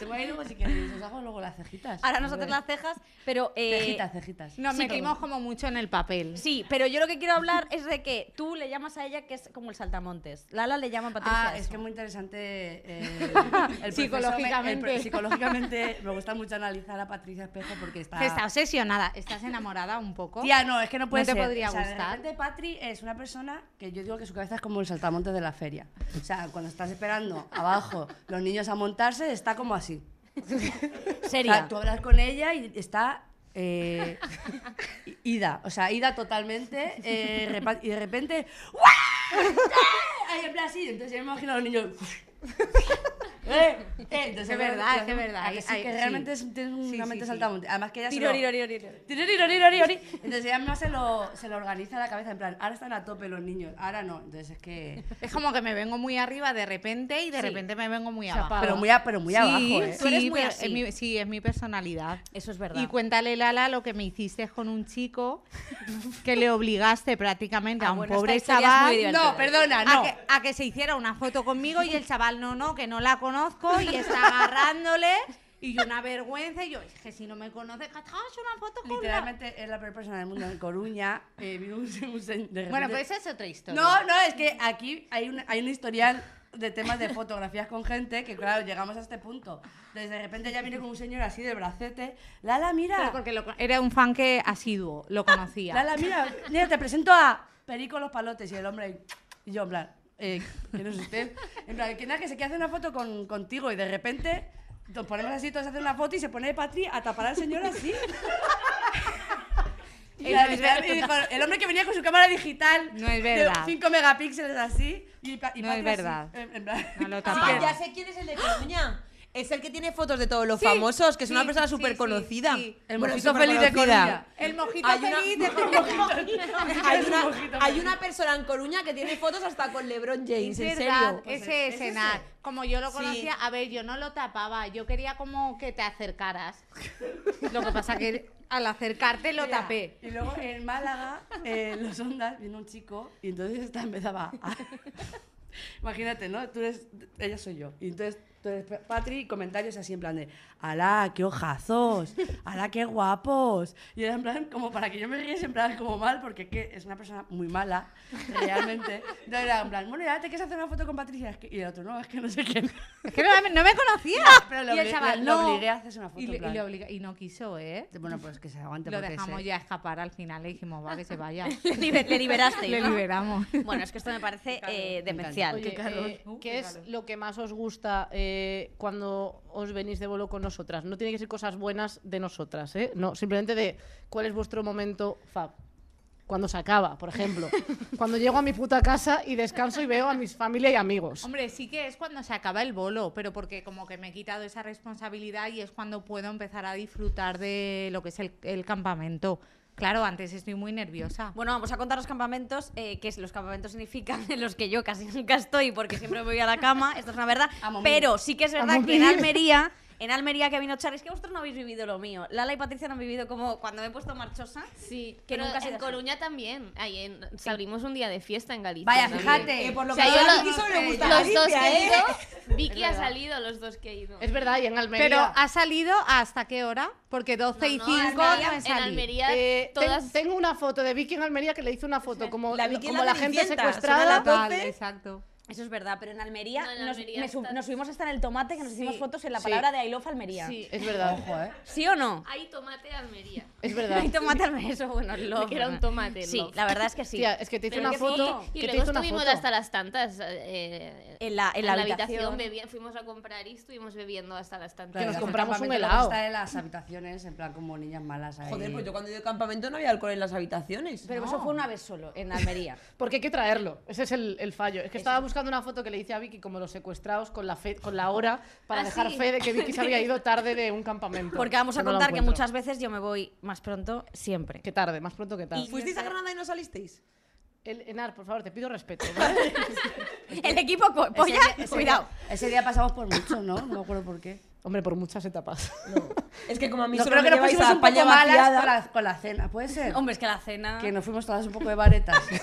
[SPEAKER 5] Tengo ahí luego, si queréis, os hago luego las cejitas.
[SPEAKER 2] Ahora nosotros las cejas, pero... eh,
[SPEAKER 5] Cejitas, cejitas.
[SPEAKER 9] Nos
[SPEAKER 2] Sí,
[SPEAKER 9] metimos como mucho en el papel.
[SPEAKER 2] Sí, pero yo lo que quiero hablar es de que tú le llamas a ella que es como el saltamontes. Lala le llama a Patricia.
[SPEAKER 5] Ah, es
[SPEAKER 2] eso.
[SPEAKER 5] que es muy interesante. eh, el proceso me-
[SPEAKER 9] Psicológicamente.
[SPEAKER 5] el pro- psicológicamente me gusta mucho analizar a Patricia Espejo porque está.
[SPEAKER 9] Que está obsesionada. ¿Estás enamorada un poco?
[SPEAKER 5] Tía, no, es que no puede
[SPEAKER 9] ¿No te
[SPEAKER 5] ser.
[SPEAKER 9] podría
[SPEAKER 5] O sea,
[SPEAKER 9] gustar?
[SPEAKER 5] De repente Patri es una persona que yo digo que su cabeza es como el saltamontes de la feria. O sea, cuando estás esperando abajo los niños a montarse, está como así. O sea,
[SPEAKER 2] Seria.
[SPEAKER 5] tú hablas con ella y está eh, ida, o sea, ida totalmente eh, repa- y de repente ¡guau! Ahí en plan así, entonces yo me imagino a los niños Eh, eh, entonces,
[SPEAKER 9] Es verdad, es
[SPEAKER 5] que
[SPEAKER 9] verdad,
[SPEAKER 5] a
[SPEAKER 9] ahí-
[SPEAKER 5] que sí,
[SPEAKER 9] ahí-
[SPEAKER 5] que
[SPEAKER 9] sí.
[SPEAKER 5] realmente es- tienes una
[SPEAKER 9] Sí, sí,
[SPEAKER 5] mente
[SPEAKER 9] sí.
[SPEAKER 5] saltamontes. Además que ella se
[SPEAKER 2] Tiro,
[SPEAKER 5] lo-
[SPEAKER 2] tiro, tiro, tiro.
[SPEAKER 5] Tiroriro, tiroriro. Entonces ella misma se lo, se lo organiza la cabeza, en plan, ahora están a tope los niños, ahora no. Entonces es que...
[SPEAKER 9] Es como que me vengo muy arriba de repente y de repente me vengo muy abajo.
[SPEAKER 5] Pero muy, a- pero muy abajo, ¿eh?
[SPEAKER 9] sí,
[SPEAKER 2] Tú eres muy
[SPEAKER 9] pero
[SPEAKER 2] así.
[SPEAKER 9] es mi- sí, es mi personalidad.
[SPEAKER 2] Eso es verdad.
[SPEAKER 9] Y cuéntale, Lala, lo que me hiciste con un chico que le obligaste prácticamente
[SPEAKER 2] Ah,
[SPEAKER 9] a un
[SPEAKER 2] bueno,
[SPEAKER 9] pobre
[SPEAKER 2] esta historia es muy
[SPEAKER 9] chaval
[SPEAKER 2] divertida.
[SPEAKER 5] No, perdona,
[SPEAKER 9] a,
[SPEAKER 5] no.
[SPEAKER 9] que, a que se hiciera una foto conmigo y el chaval, no, no, que no la conozco y está agarrándole y yo una vergüenza y yo, es que si no me conoces, que has hecho una foto con
[SPEAKER 5] Literalmente es la peor persona del mundo. En Coruña eh, vino un, un señor... de
[SPEAKER 9] Bueno,
[SPEAKER 5] repente-
[SPEAKER 9] pues esa es otra historia.
[SPEAKER 5] No, no, es que aquí hay un, hay un historial de temas de fotografías con gente que, claro, llegamos a este punto. Entonces, de repente ya viene con un señor así de bracete. Lala,
[SPEAKER 9] Pero
[SPEAKER 5] mira.
[SPEAKER 9] porque lo con- era un fan que asiduo, lo conocía.
[SPEAKER 5] Lala, mira. Mira, te presento a Perico los Palotes y el hombre ahí, Y yo, en plan, eh, ¿quién es usted? En plan, que nada, que se quiere hacer una foto con- contigo y de repente nos ponemos así, todos hacen una foto y se pone Patri a tapar al señor así. Y la- y dijo, el hombre que venía con su cámara digital
[SPEAKER 9] No es verdad.
[SPEAKER 5] 5 megapíxeles así y, pa- y
[SPEAKER 9] No es
[SPEAKER 5] Patri así,
[SPEAKER 9] verdad.
[SPEAKER 5] en- en plan-
[SPEAKER 9] No lo
[SPEAKER 5] así
[SPEAKER 9] tapaba.
[SPEAKER 5] que ya-
[SPEAKER 6] ya sé quién es el de Coruña. Es el que tiene fotos de todos los famosos, que es una
[SPEAKER 9] sí,
[SPEAKER 6] persona
[SPEAKER 9] sí,
[SPEAKER 6] súper conocida.
[SPEAKER 9] sí, sí.
[SPEAKER 5] El
[SPEAKER 6] Bueno,
[SPEAKER 5] mojito feliz de
[SPEAKER 6] superconocida.
[SPEAKER 5] Coruña.
[SPEAKER 9] El mojito
[SPEAKER 6] Hay una-
[SPEAKER 9] feliz de
[SPEAKER 6] hay, una, hay una persona en Coruña que tiene fotos hasta con LeBron
[SPEAKER 9] Es
[SPEAKER 6] James, en
[SPEAKER 9] verdad,
[SPEAKER 6] serio.
[SPEAKER 9] Pues ese escenar. Como yo lo
[SPEAKER 6] Sí.
[SPEAKER 9] conocía, a ver, yo no lo tapaba, yo quería como que te acercaras. Lo que pasa que al acercarte lo
[SPEAKER 5] Mira,
[SPEAKER 9] tapé.
[SPEAKER 5] Y luego en Málaga, eh, en los ondas, vino un chico y entonces esta empezaba a... Imagínate, ¿no? Tú eres... Ella soy yo. Y entonces, tú eres Pa- Patri, y comentarios así en plan de ¡Alá, qué hojazos! ¡Alá, qué guapos! Y era en plan como para que yo me riese en plan como mal porque es que es una persona muy mala, realmente. Entonces era en plan, bueno, ya te quieres hacer una foto con Patricia. Es que- Y el otro, no, es que no sé quién.
[SPEAKER 9] Es que no, no me conocía.
[SPEAKER 5] Pero lo
[SPEAKER 9] y el
[SPEAKER 5] obli-
[SPEAKER 9] chaval,
[SPEAKER 5] lo
[SPEAKER 9] no.
[SPEAKER 5] obligué a hacerse una foto,
[SPEAKER 9] Y, le-
[SPEAKER 5] en plan.
[SPEAKER 9] y le obliga- y no quiso, ¿eh?
[SPEAKER 5] Bueno, pues que se aguante
[SPEAKER 9] Lo
[SPEAKER 5] porque
[SPEAKER 9] dejamos
[SPEAKER 5] se-
[SPEAKER 9] ya escapar al final, le dijimos, va, que se vaya.
[SPEAKER 2] Le, libe- le liberasteis,
[SPEAKER 9] Le
[SPEAKER 2] ¿no?
[SPEAKER 9] liberamos.
[SPEAKER 2] Bueno, es que esto me parece eh, demencial.
[SPEAKER 10] Oye, eh, ¿qué es lo que más os gusta eh, cuando os venís de bolo con nosotras? No tiene que ser cosas buenas de nosotras, ¿eh? No, simplemente de cuál es vuestro momento fab. Cuando se acaba, por ejemplo. cuando llego a mi puta casa y descanso y veo a mis familia y amigos.
[SPEAKER 9] Hombre, sí que es cuando se acaba el bolo, pero porque como que me he quitado esa responsabilidad y es cuando puedo empezar a disfrutar de lo que es el, el campamento. Claro, antes estoy muy nerviosa.
[SPEAKER 2] Bueno, vamos a contar los campamentos, eh, que es- los campamentos significan en los que yo casi nunca estoy porque siempre me voy a la cama, esto es una verdad,
[SPEAKER 5] Amo mí.
[SPEAKER 2] pero sí que es verdad
[SPEAKER 9] Amo
[SPEAKER 2] que en
[SPEAKER 9] mí.
[SPEAKER 2] Almería, en Almería que vino Char, es que vosotros no habéis vivido lo mío, Lala y Patricia no han vivido como cuando me he puesto marchosa.
[SPEAKER 7] Sí,
[SPEAKER 2] que
[SPEAKER 7] que
[SPEAKER 2] nunca ha sido
[SPEAKER 7] en
[SPEAKER 2] así.
[SPEAKER 7] Coruña también. Ahí en, abrimos un día de fiesta en Galicia.
[SPEAKER 5] Vaya,
[SPEAKER 7] también.
[SPEAKER 5] fíjate.
[SPEAKER 6] Eh, por lo
[SPEAKER 7] O sea,
[SPEAKER 6] que
[SPEAKER 7] yo
[SPEAKER 6] veo, a
[SPEAKER 7] lo-
[SPEAKER 6] Vicky solo le gusta
[SPEAKER 7] Los dos
[SPEAKER 6] Galicia,
[SPEAKER 7] que he
[SPEAKER 6] ¿eh?
[SPEAKER 7] ido, Vicky ha salido, los dos que he ido.
[SPEAKER 10] Es verdad, y en Almería.
[SPEAKER 9] Pero ¿ha salido hasta qué hora? Porque 12 y 5
[SPEAKER 7] en
[SPEAKER 9] no,
[SPEAKER 7] Almería,
[SPEAKER 9] he
[SPEAKER 7] en
[SPEAKER 9] salido.
[SPEAKER 7] Almería
[SPEAKER 10] Eh, ten-
[SPEAKER 7] todas
[SPEAKER 10] tengo una foto de Vicky en Almería que le hizo una foto como
[SPEAKER 6] La Vicky
[SPEAKER 10] como
[SPEAKER 6] la
[SPEAKER 10] la gente
[SPEAKER 6] Cenicienta,
[SPEAKER 10] secuestrada.
[SPEAKER 6] suena
[SPEAKER 9] Total,
[SPEAKER 6] Entonces-
[SPEAKER 9] exacto.
[SPEAKER 2] Eso es verdad, pero en Almería,
[SPEAKER 7] No, en
[SPEAKER 2] nos,
[SPEAKER 7] Almería
[SPEAKER 2] me sub-
[SPEAKER 7] está-
[SPEAKER 2] nos subimos hasta en el tomate que nos hicimos
[SPEAKER 7] Sí,
[SPEAKER 2] fotos en la
[SPEAKER 7] sí.
[SPEAKER 2] palabra de I love Almería.
[SPEAKER 7] Sí. Ah,
[SPEAKER 3] Es verdad.
[SPEAKER 5] Ojo, ¿eh?
[SPEAKER 2] ¿Sí o no?
[SPEAKER 7] Hay tomate de Almería.
[SPEAKER 3] Es verdad.
[SPEAKER 2] Hay tomate Almería, eso bueno, love.
[SPEAKER 7] que era un
[SPEAKER 2] ¿verdad?
[SPEAKER 7] tomate.
[SPEAKER 2] Sí,
[SPEAKER 7] love.
[SPEAKER 2] la verdad es que sí.
[SPEAKER 3] Tía, es que te hice
[SPEAKER 7] Pero
[SPEAKER 3] una
[SPEAKER 7] que
[SPEAKER 3] foto.
[SPEAKER 7] sí,
[SPEAKER 3] que
[SPEAKER 7] Y
[SPEAKER 3] te
[SPEAKER 7] luego
[SPEAKER 3] hice una
[SPEAKER 7] estuvimos
[SPEAKER 3] foto.
[SPEAKER 7] hasta las tantas. eh,
[SPEAKER 2] En la- en la habitación.
[SPEAKER 7] bebi- fuimos a comprar y estuvimos bebiendo hasta las tantas.
[SPEAKER 3] Que nos
[SPEAKER 5] el
[SPEAKER 3] compramos un
[SPEAKER 5] campamento lo que
[SPEAKER 3] helado.
[SPEAKER 5] Está en las habitaciones, en plan como niñas malas ahí.
[SPEAKER 6] Joder, pues yo cuando he ido de campamento no había alcohol en las habitaciones.
[SPEAKER 2] Pero eso fue una vez solo, en Almería.
[SPEAKER 3] Porque hay que traerlo. Ese es el, el fallo. Es que estaba buscando una foto que le hice a Vicky como los secuestrados con la, fe- con la hora para
[SPEAKER 7] Ah,
[SPEAKER 3] dejar
[SPEAKER 7] sí.
[SPEAKER 3] fe de que Vicky se había ido tarde de un campamento.
[SPEAKER 2] Porque vamos a
[SPEAKER 3] No lo
[SPEAKER 2] contar que
[SPEAKER 3] encuentro.
[SPEAKER 2] muchas veces yo me voy más pronto siempre.
[SPEAKER 3] Que tarde, más pronto que tarde.
[SPEAKER 6] ¿Fuisteis a Granada y no salisteis?
[SPEAKER 3] El- Enar, por favor, te pido respeto. ¿vale?
[SPEAKER 2] El equipo po- polla, cuidado.
[SPEAKER 5] Día, ese día pasamos por mucho, ¿no? No me acuerdo por qué.
[SPEAKER 3] Hombre, por muchas etapas.
[SPEAKER 6] Es que como a mí
[SPEAKER 5] No,
[SPEAKER 6] solo
[SPEAKER 5] creo
[SPEAKER 6] me
[SPEAKER 5] que nos
[SPEAKER 6] lleváis
[SPEAKER 5] pusimos
[SPEAKER 6] a
[SPEAKER 5] un poco
[SPEAKER 6] España
[SPEAKER 5] malas
[SPEAKER 6] vaciada.
[SPEAKER 5] con la, con la cena. ¿Puede ser?
[SPEAKER 2] Hombre, es que la cena.
[SPEAKER 5] Que nos fuimos todas un poco de varetas.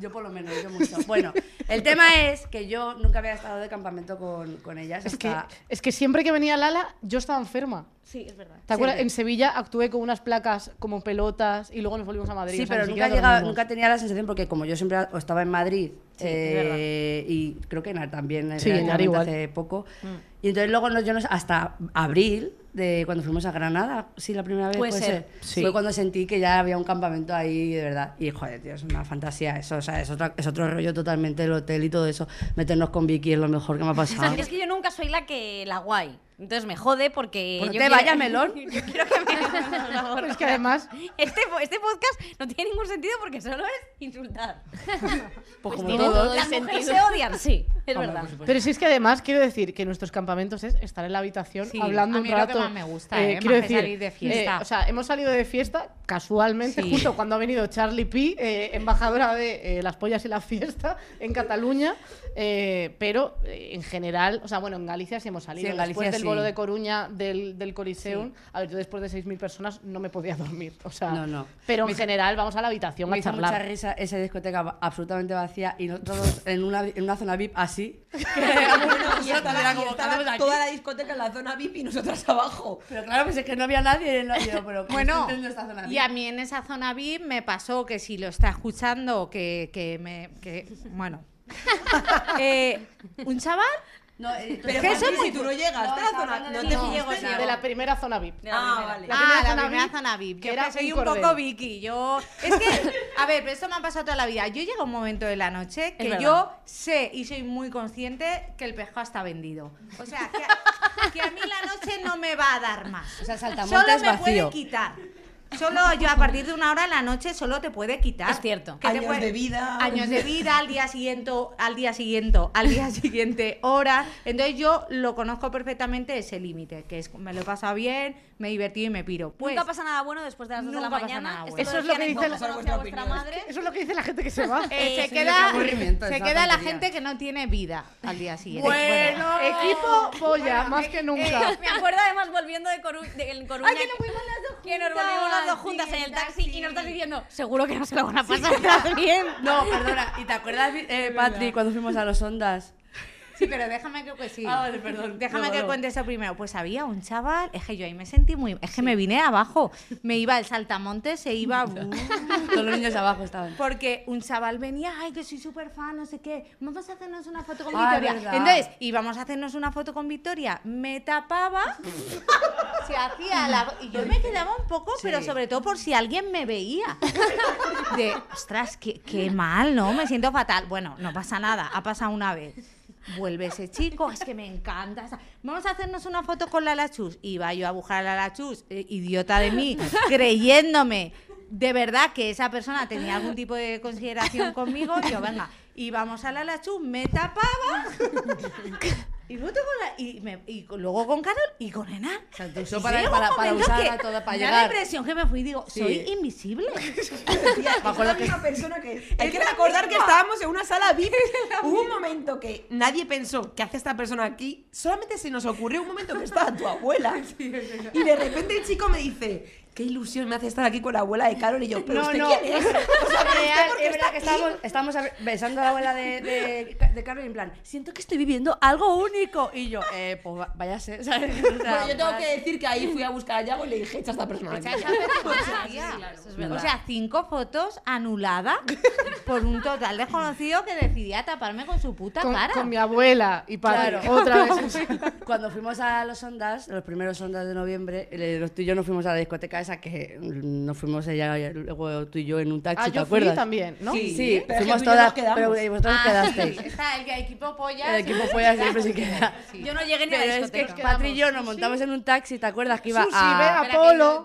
[SPEAKER 5] Yo por lo menos, yo mucho. Bueno, el tema es que yo nunca había estado de campamento con, con ellas.
[SPEAKER 3] Es que,
[SPEAKER 5] hasta-
[SPEAKER 3] es que siempre que venía Lala, yo estaba enferma.
[SPEAKER 2] Sí, es verdad.
[SPEAKER 3] ¿Te acuerdas?
[SPEAKER 5] Siempre.
[SPEAKER 3] En Sevilla actué con unas placas como pelotas y luego nos volvimos a Madrid.
[SPEAKER 5] Sí,
[SPEAKER 3] o sea,
[SPEAKER 5] pero
[SPEAKER 3] ni
[SPEAKER 5] nunca,
[SPEAKER 3] siquiera
[SPEAKER 5] llegaba-
[SPEAKER 3] dormimos.
[SPEAKER 5] nunca tenía la sensación, porque como yo siempre o estaba en Madrid, eh, y creo que Enar también,
[SPEAKER 3] Sí, Enar
[SPEAKER 5] relativamente
[SPEAKER 3] igual.
[SPEAKER 5] hace poco, y entonces luego no- yo no sé, hasta abril, de cuando fuimos a Granada, sí, la primera vez
[SPEAKER 2] Puede
[SPEAKER 5] puede
[SPEAKER 2] ser,
[SPEAKER 5] ser,
[SPEAKER 2] sí.
[SPEAKER 5] fue cuando sentí que ya había un campamento ahí, de verdad, y joder, tío, es una fantasía eso, o sea, es, otra- es otro rollo totalmente el hotel y todo eso, meternos con Vicky es lo mejor que me ha pasado.
[SPEAKER 2] Es que yo nunca soy la que la guay. Entonces me jode porque.
[SPEAKER 5] Pues
[SPEAKER 2] yo
[SPEAKER 5] no te
[SPEAKER 2] quiero-
[SPEAKER 5] vaya, melón.
[SPEAKER 2] yo quiero que me.
[SPEAKER 3] Es que además-
[SPEAKER 2] Este, po- este podcast no tiene ningún sentido porque solo es insultar.
[SPEAKER 5] pues como
[SPEAKER 7] tiene
[SPEAKER 5] todo,
[SPEAKER 7] todo el
[SPEAKER 2] Las
[SPEAKER 7] sentido.
[SPEAKER 2] mujeres se odian, sí, es verdad.
[SPEAKER 9] Pues
[SPEAKER 3] Pero si es que además quiero decir que nuestros campamentos es estar en la habitación
[SPEAKER 9] Sí,
[SPEAKER 3] hablando
[SPEAKER 9] a
[SPEAKER 3] un
[SPEAKER 9] mí es lo que
[SPEAKER 3] rato.
[SPEAKER 9] más me gusta, ¿eh? Más
[SPEAKER 3] quiero
[SPEAKER 9] que
[SPEAKER 3] decir,
[SPEAKER 9] salir de fiesta.
[SPEAKER 3] eh, o sea, hemos salido de fiesta casualmente
[SPEAKER 9] Sí.
[SPEAKER 3] justo cuando ha venido Charlie P, eh, embajadora de eh, las pollas y la fiesta en Cataluña, eh, pero eh, en general, o sea, bueno, en Galicia sí hemos salido.
[SPEAKER 5] Sí, en
[SPEAKER 3] después
[SPEAKER 5] Galicia
[SPEAKER 3] del
[SPEAKER 5] sí.
[SPEAKER 3] bolo de Coruña del, del Coliseum, a ver, yo después de 6.000 personas no me podía dormir, o sea,
[SPEAKER 5] No, no.
[SPEAKER 3] pero en general vamos a la habitación
[SPEAKER 5] Me
[SPEAKER 3] a
[SPEAKER 5] hizo mucha
[SPEAKER 3] charlar.
[SPEAKER 5] risa esa discoteca va- absolutamente vacía y nosotros en una, en una zona VIP así. Nosotras
[SPEAKER 6] Y estaba,
[SPEAKER 5] era
[SPEAKER 6] y
[SPEAKER 5] como,
[SPEAKER 6] estaba
[SPEAKER 5] "Estamos aquí".
[SPEAKER 6] toda la discoteca en la zona VIP y nosotras abajo.
[SPEAKER 5] Pero claro, pues es que no había nadie. no- yo, pero ¿cómo
[SPEAKER 9] Bueno,
[SPEAKER 5] estoy entrando en esta zona
[SPEAKER 9] y
[SPEAKER 5] VIP?
[SPEAKER 9] a mí en esa zona VIP me pasó que si lo está escuchando, que, que me. Que, bueno. Eh, un chaval
[SPEAKER 5] No, eh,
[SPEAKER 6] Pero
[SPEAKER 5] entonces-
[SPEAKER 6] Patri, si tú no llegas,
[SPEAKER 5] No,
[SPEAKER 6] te la
[SPEAKER 5] está
[SPEAKER 6] zona-
[SPEAKER 5] hablando
[SPEAKER 6] no
[SPEAKER 5] de
[SPEAKER 6] te
[SPEAKER 5] la-
[SPEAKER 6] llego,
[SPEAKER 5] no,
[SPEAKER 6] llego.
[SPEAKER 3] De la primera zona VIP.
[SPEAKER 6] Ah, vale.
[SPEAKER 3] La
[SPEAKER 9] ah,
[SPEAKER 3] primera zona
[SPEAKER 9] la primera
[SPEAKER 3] VIP,
[SPEAKER 9] zona VIP.
[SPEAKER 3] que
[SPEAKER 9] Yo
[SPEAKER 3] era
[SPEAKER 9] que soy
[SPEAKER 3] un
[SPEAKER 9] un poco
[SPEAKER 3] cordel.
[SPEAKER 9] Vicky. Yo. Es que, a ver, pero esto me ha pasado toda la vida. Yo llego a un momento de la noche que
[SPEAKER 2] verdad.
[SPEAKER 9] yo sé y soy muy consciente que el pescado está vendido. O sea, que a, que a mí la noche no me va a dar más.
[SPEAKER 5] O sea, Saltamonta
[SPEAKER 9] Solo
[SPEAKER 5] es
[SPEAKER 9] me puede
[SPEAKER 5] vacío.
[SPEAKER 9] quitar. Solo yo a partir de una hora de la noche solo te puede quitar.
[SPEAKER 2] Es cierto.
[SPEAKER 9] Que te
[SPEAKER 6] Años de vida.
[SPEAKER 9] Años de vida, al día siguiente, al día siguiente, al día siguiente hora. Entonces yo lo conozco perfectamente ese límite, que es me lo he pasado bien, me he divertido y me piro. Pues
[SPEAKER 2] nunca pasa nada bueno después de las 2 de la
[SPEAKER 9] nunca pasa
[SPEAKER 2] mañana.
[SPEAKER 9] nada
[SPEAKER 2] Esto
[SPEAKER 9] bueno.
[SPEAKER 3] Eso es lo
[SPEAKER 2] decían
[SPEAKER 3] que
[SPEAKER 2] en
[SPEAKER 3] dice
[SPEAKER 2] cuanto
[SPEAKER 3] la-
[SPEAKER 2] conocí a vuestra madre.
[SPEAKER 3] Eso es lo que dice la gente que se va.
[SPEAKER 9] eh, se
[SPEAKER 5] sí, qué
[SPEAKER 9] queda,
[SPEAKER 5] aburrimiento,
[SPEAKER 9] se
[SPEAKER 5] es una
[SPEAKER 9] queda la
[SPEAKER 5] tontería.
[SPEAKER 9] gente que no tiene vida al día siguiente.
[SPEAKER 5] Bueno.
[SPEAKER 3] Equipo polla, más que nunca.
[SPEAKER 2] Me acuerdo además volviendo de, Coru de en Coruña. que nos volvimos las dos juntas. Que nos volvimos las dos juntas en el taxi y nos estás diciendo, seguro que no se lo van a pasar tan bien.
[SPEAKER 5] No, perdona. ¿Y te acuerdas, eh, Patri, cuando fuimos a los Ondas?
[SPEAKER 9] Sí, pero déjame que, que sí.
[SPEAKER 5] Ah, vale, perdón.
[SPEAKER 9] Déjame
[SPEAKER 5] Luego,
[SPEAKER 9] que
[SPEAKER 5] luego.
[SPEAKER 9] cuente eso primero. Pues había un chaval, es que yo ahí me sentí muy. Es que me vine abajo. Me iba el saltamonte, se iba.
[SPEAKER 5] Todos los niños abajo estaban.
[SPEAKER 9] Porque un chaval venía, ay, que soy súper fan, no sé qué, vamos a hacernos una foto con
[SPEAKER 5] Ah,
[SPEAKER 9] Victoria.
[SPEAKER 5] verdad.
[SPEAKER 9] Entonces, íbamos a hacernos una foto con Victoria, me tapaba, se hacía la... Y yo me quedaba un poco, pero sobre todo por si alguien me veía. De, ostras, qué, qué mal, ¿no? Me siento fatal. Bueno, no pasa nada, ha pasado una vez. Vuelve ese chico, es que me encanta. esa- Vamos a hacernos una foto con la Lachus. Iba yo a buscar a la Lachus, eh, idiota de mí, creyéndome de verdad que esa persona tenía algún tipo de consideración conmigo. Yo, venga, íbamos a la Lachus, me tapaba. Y, luego con la- y, me- y luego con Carol y con Enar.
[SPEAKER 5] O sea, te usó
[SPEAKER 9] Y
[SPEAKER 5] para-
[SPEAKER 9] llega un
[SPEAKER 5] para- para
[SPEAKER 9] momento
[SPEAKER 5] usarla
[SPEAKER 9] que
[SPEAKER 5] toda, para
[SPEAKER 9] me da
[SPEAKER 5] llegar.
[SPEAKER 9] la impresión que me fui y digo,
[SPEAKER 5] Sí.
[SPEAKER 9] soy invisible.
[SPEAKER 6] Me acuerdo que persona que Hay que recordar que estábamos en una sala VIP. Hubo un momento que nadie pensó qué hace esta persona aquí. Solamente se nos ocurrió un momento que estaba tu abuela. Y de repente el chico me dice, qué ilusión me hace estar aquí con la abuela de Carol y yo, pero
[SPEAKER 5] No,
[SPEAKER 6] usted
[SPEAKER 5] no.
[SPEAKER 6] quién es? O sea, pero usted
[SPEAKER 5] Real,
[SPEAKER 6] por qué
[SPEAKER 5] es verdad
[SPEAKER 6] está
[SPEAKER 5] que
[SPEAKER 6] aquí?
[SPEAKER 5] estábamos, estábamos a- besando a la abuela de, de, de Carmen en plan, siento que estoy viviendo algo único. Y yo, eh, pues va- váyase. ¿sabes? O sea,
[SPEAKER 6] Bueno, yo tengo
[SPEAKER 5] va-
[SPEAKER 6] que decir que ahí fui a buscar a Yago y le dije, echa a esta persona. de aquí".
[SPEAKER 9] O sea, cinco fotos anuladas por un total desconocido que decidía taparme con su puta
[SPEAKER 3] Con,
[SPEAKER 9] cara.
[SPEAKER 3] con mi abuela y padre.
[SPEAKER 5] Claro.
[SPEAKER 3] Otra vez.
[SPEAKER 5] Cuando fuimos a los Ondas, los primeros Ondas de noviembre, el- tú y yo nos fuimos a la discoteca esa que mm, nos fuimos ella y luego tú y yo en un taxi,
[SPEAKER 3] Ah,
[SPEAKER 5] ¿te
[SPEAKER 3] yo fui
[SPEAKER 5] acuerdas?
[SPEAKER 3] también, ¿no?
[SPEAKER 5] Sí,
[SPEAKER 3] Sí,
[SPEAKER 5] sí,
[SPEAKER 3] pero es que
[SPEAKER 5] fuimos
[SPEAKER 3] tú y yo
[SPEAKER 5] todas,
[SPEAKER 3] nos quedamos.
[SPEAKER 5] pero y vosotros
[SPEAKER 9] Ah,
[SPEAKER 5] quedasteis.
[SPEAKER 9] sí, está el equipo polla.
[SPEAKER 5] El equipo polla siempre se queda.
[SPEAKER 2] Yo no llegué ni a
[SPEAKER 5] Pero
[SPEAKER 2] la
[SPEAKER 5] es que
[SPEAKER 2] discoteca.
[SPEAKER 5] Patri y yo nos montamos en un taxi, ¿te acuerdas que iba
[SPEAKER 3] Susi, ve
[SPEAKER 5] a...
[SPEAKER 3] a Polo.
[SPEAKER 8] Dos,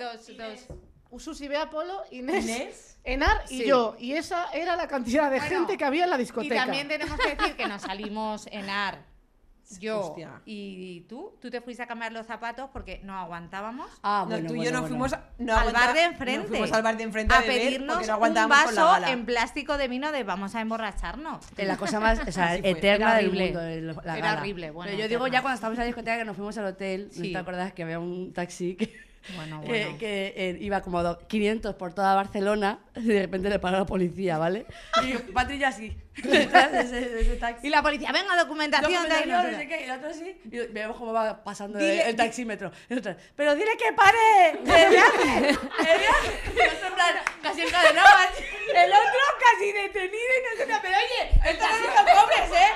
[SPEAKER 8] dos.
[SPEAKER 3] Susi, Bea, Polo, Inés,
[SPEAKER 6] Inés.
[SPEAKER 3] Enar y
[SPEAKER 5] Sí.
[SPEAKER 3] yo. Y esa era la cantidad de
[SPEAKER 8] Bueno,
[SPEAKER 3] gente que había en la
[SPEAKER 8] Y
[SPEAKER 3] discoteca.
[SPEAKER 8] también tenemos que decir que nos salimos en AR. Yo
[SPEAKER 6] Hostia.
[SPEAKER 8] y tú, tú te fuiste a cambiar los zapatos porque no aguantábamos.
[SPEAKER 5] Ah,
[SPEAKER 6] No,
[SPEAKER 5] bueno,
[SPEAKER 6] tú y yo
[SPEAKER 5] bueno,
[SPEAKER 6] nos
[SPEAKER 5] bueno.
[SPEAKER 6] fuimos a- no
[SPEAKER 9] al bar de
[SPEAKER 6] aguanta- Nos
[SPEAKER 9] enfrente.
[SPEAKER 6] fuimos al bar de enfrente a,
[SPEAKER 9] a
[SPEAKER 6] beber
[SPEAKER 9] pedirnos
[SPEAKER 6] porque no
[SPEAKER 9] un
[SPEAKER 6] aguantábamos con la
[SPEAKER 9] vaso
[SPEAKER 6] gala.
[SPEAKER 9] en plástico de vino de vamos a emborracharnos.
[SPEAKER 5] En la cosa más o sea,
[SPEAKER 6] Así fue.
[SPEAKER 5] eterna
[SPEAKER 8] Era
[SPEAKER 5] del
[SPEAKER 8] horrible.
[SPEAKER 5] mundo. el- la
[SPEAKER 8] Era
[SPEAKER 5] gala.
[SPEAKER 8] horrible, bueno,
[SPEAKER 5] Pero yo digo,
[SPEAKER 8] eterna.
[SPEAKER 5] ya cuando estábamos en la discoteca que nos fuimos al hotel, ¿no
[SPEAKER 8] Sí.
[SPEAKER 5] te acuerdas que había un taxi que,
[SPEAKER 8] Bueno,
[SPEAKER 5] que-
[SPEAKER 8] bueno.
[SPEAKER 5] que, eh, iba como do- 500 por toda Barcelona y de repente le paró la policía, ¿vale? Y Patri ya así, detrás de ese, de ese taxi.
[SPEAKER 9] Y la policía, venga, documentación.
[SPEAKER 5] Yo
[SPEAKER 9] tal,
[SPEAKER 5] comentario,
[SPEAKER 9] no sé
[SPEAKER 5] no sé
[SPEAKER 9] qué.
[SPEAKER 5] qué, y el otro sí. Y vemos cómo va pasando
[SPEAKER 6] Dile-
[SPEAKER 5] el, el taxímetro. Y otra, pero dile que pare, que viaje, que viaje. Y nosotros en plan, casi encadenado.
[SPEAKER 6] El otro casi detenido y no se Pero oye, esto no nos lo cobres, ¿eh?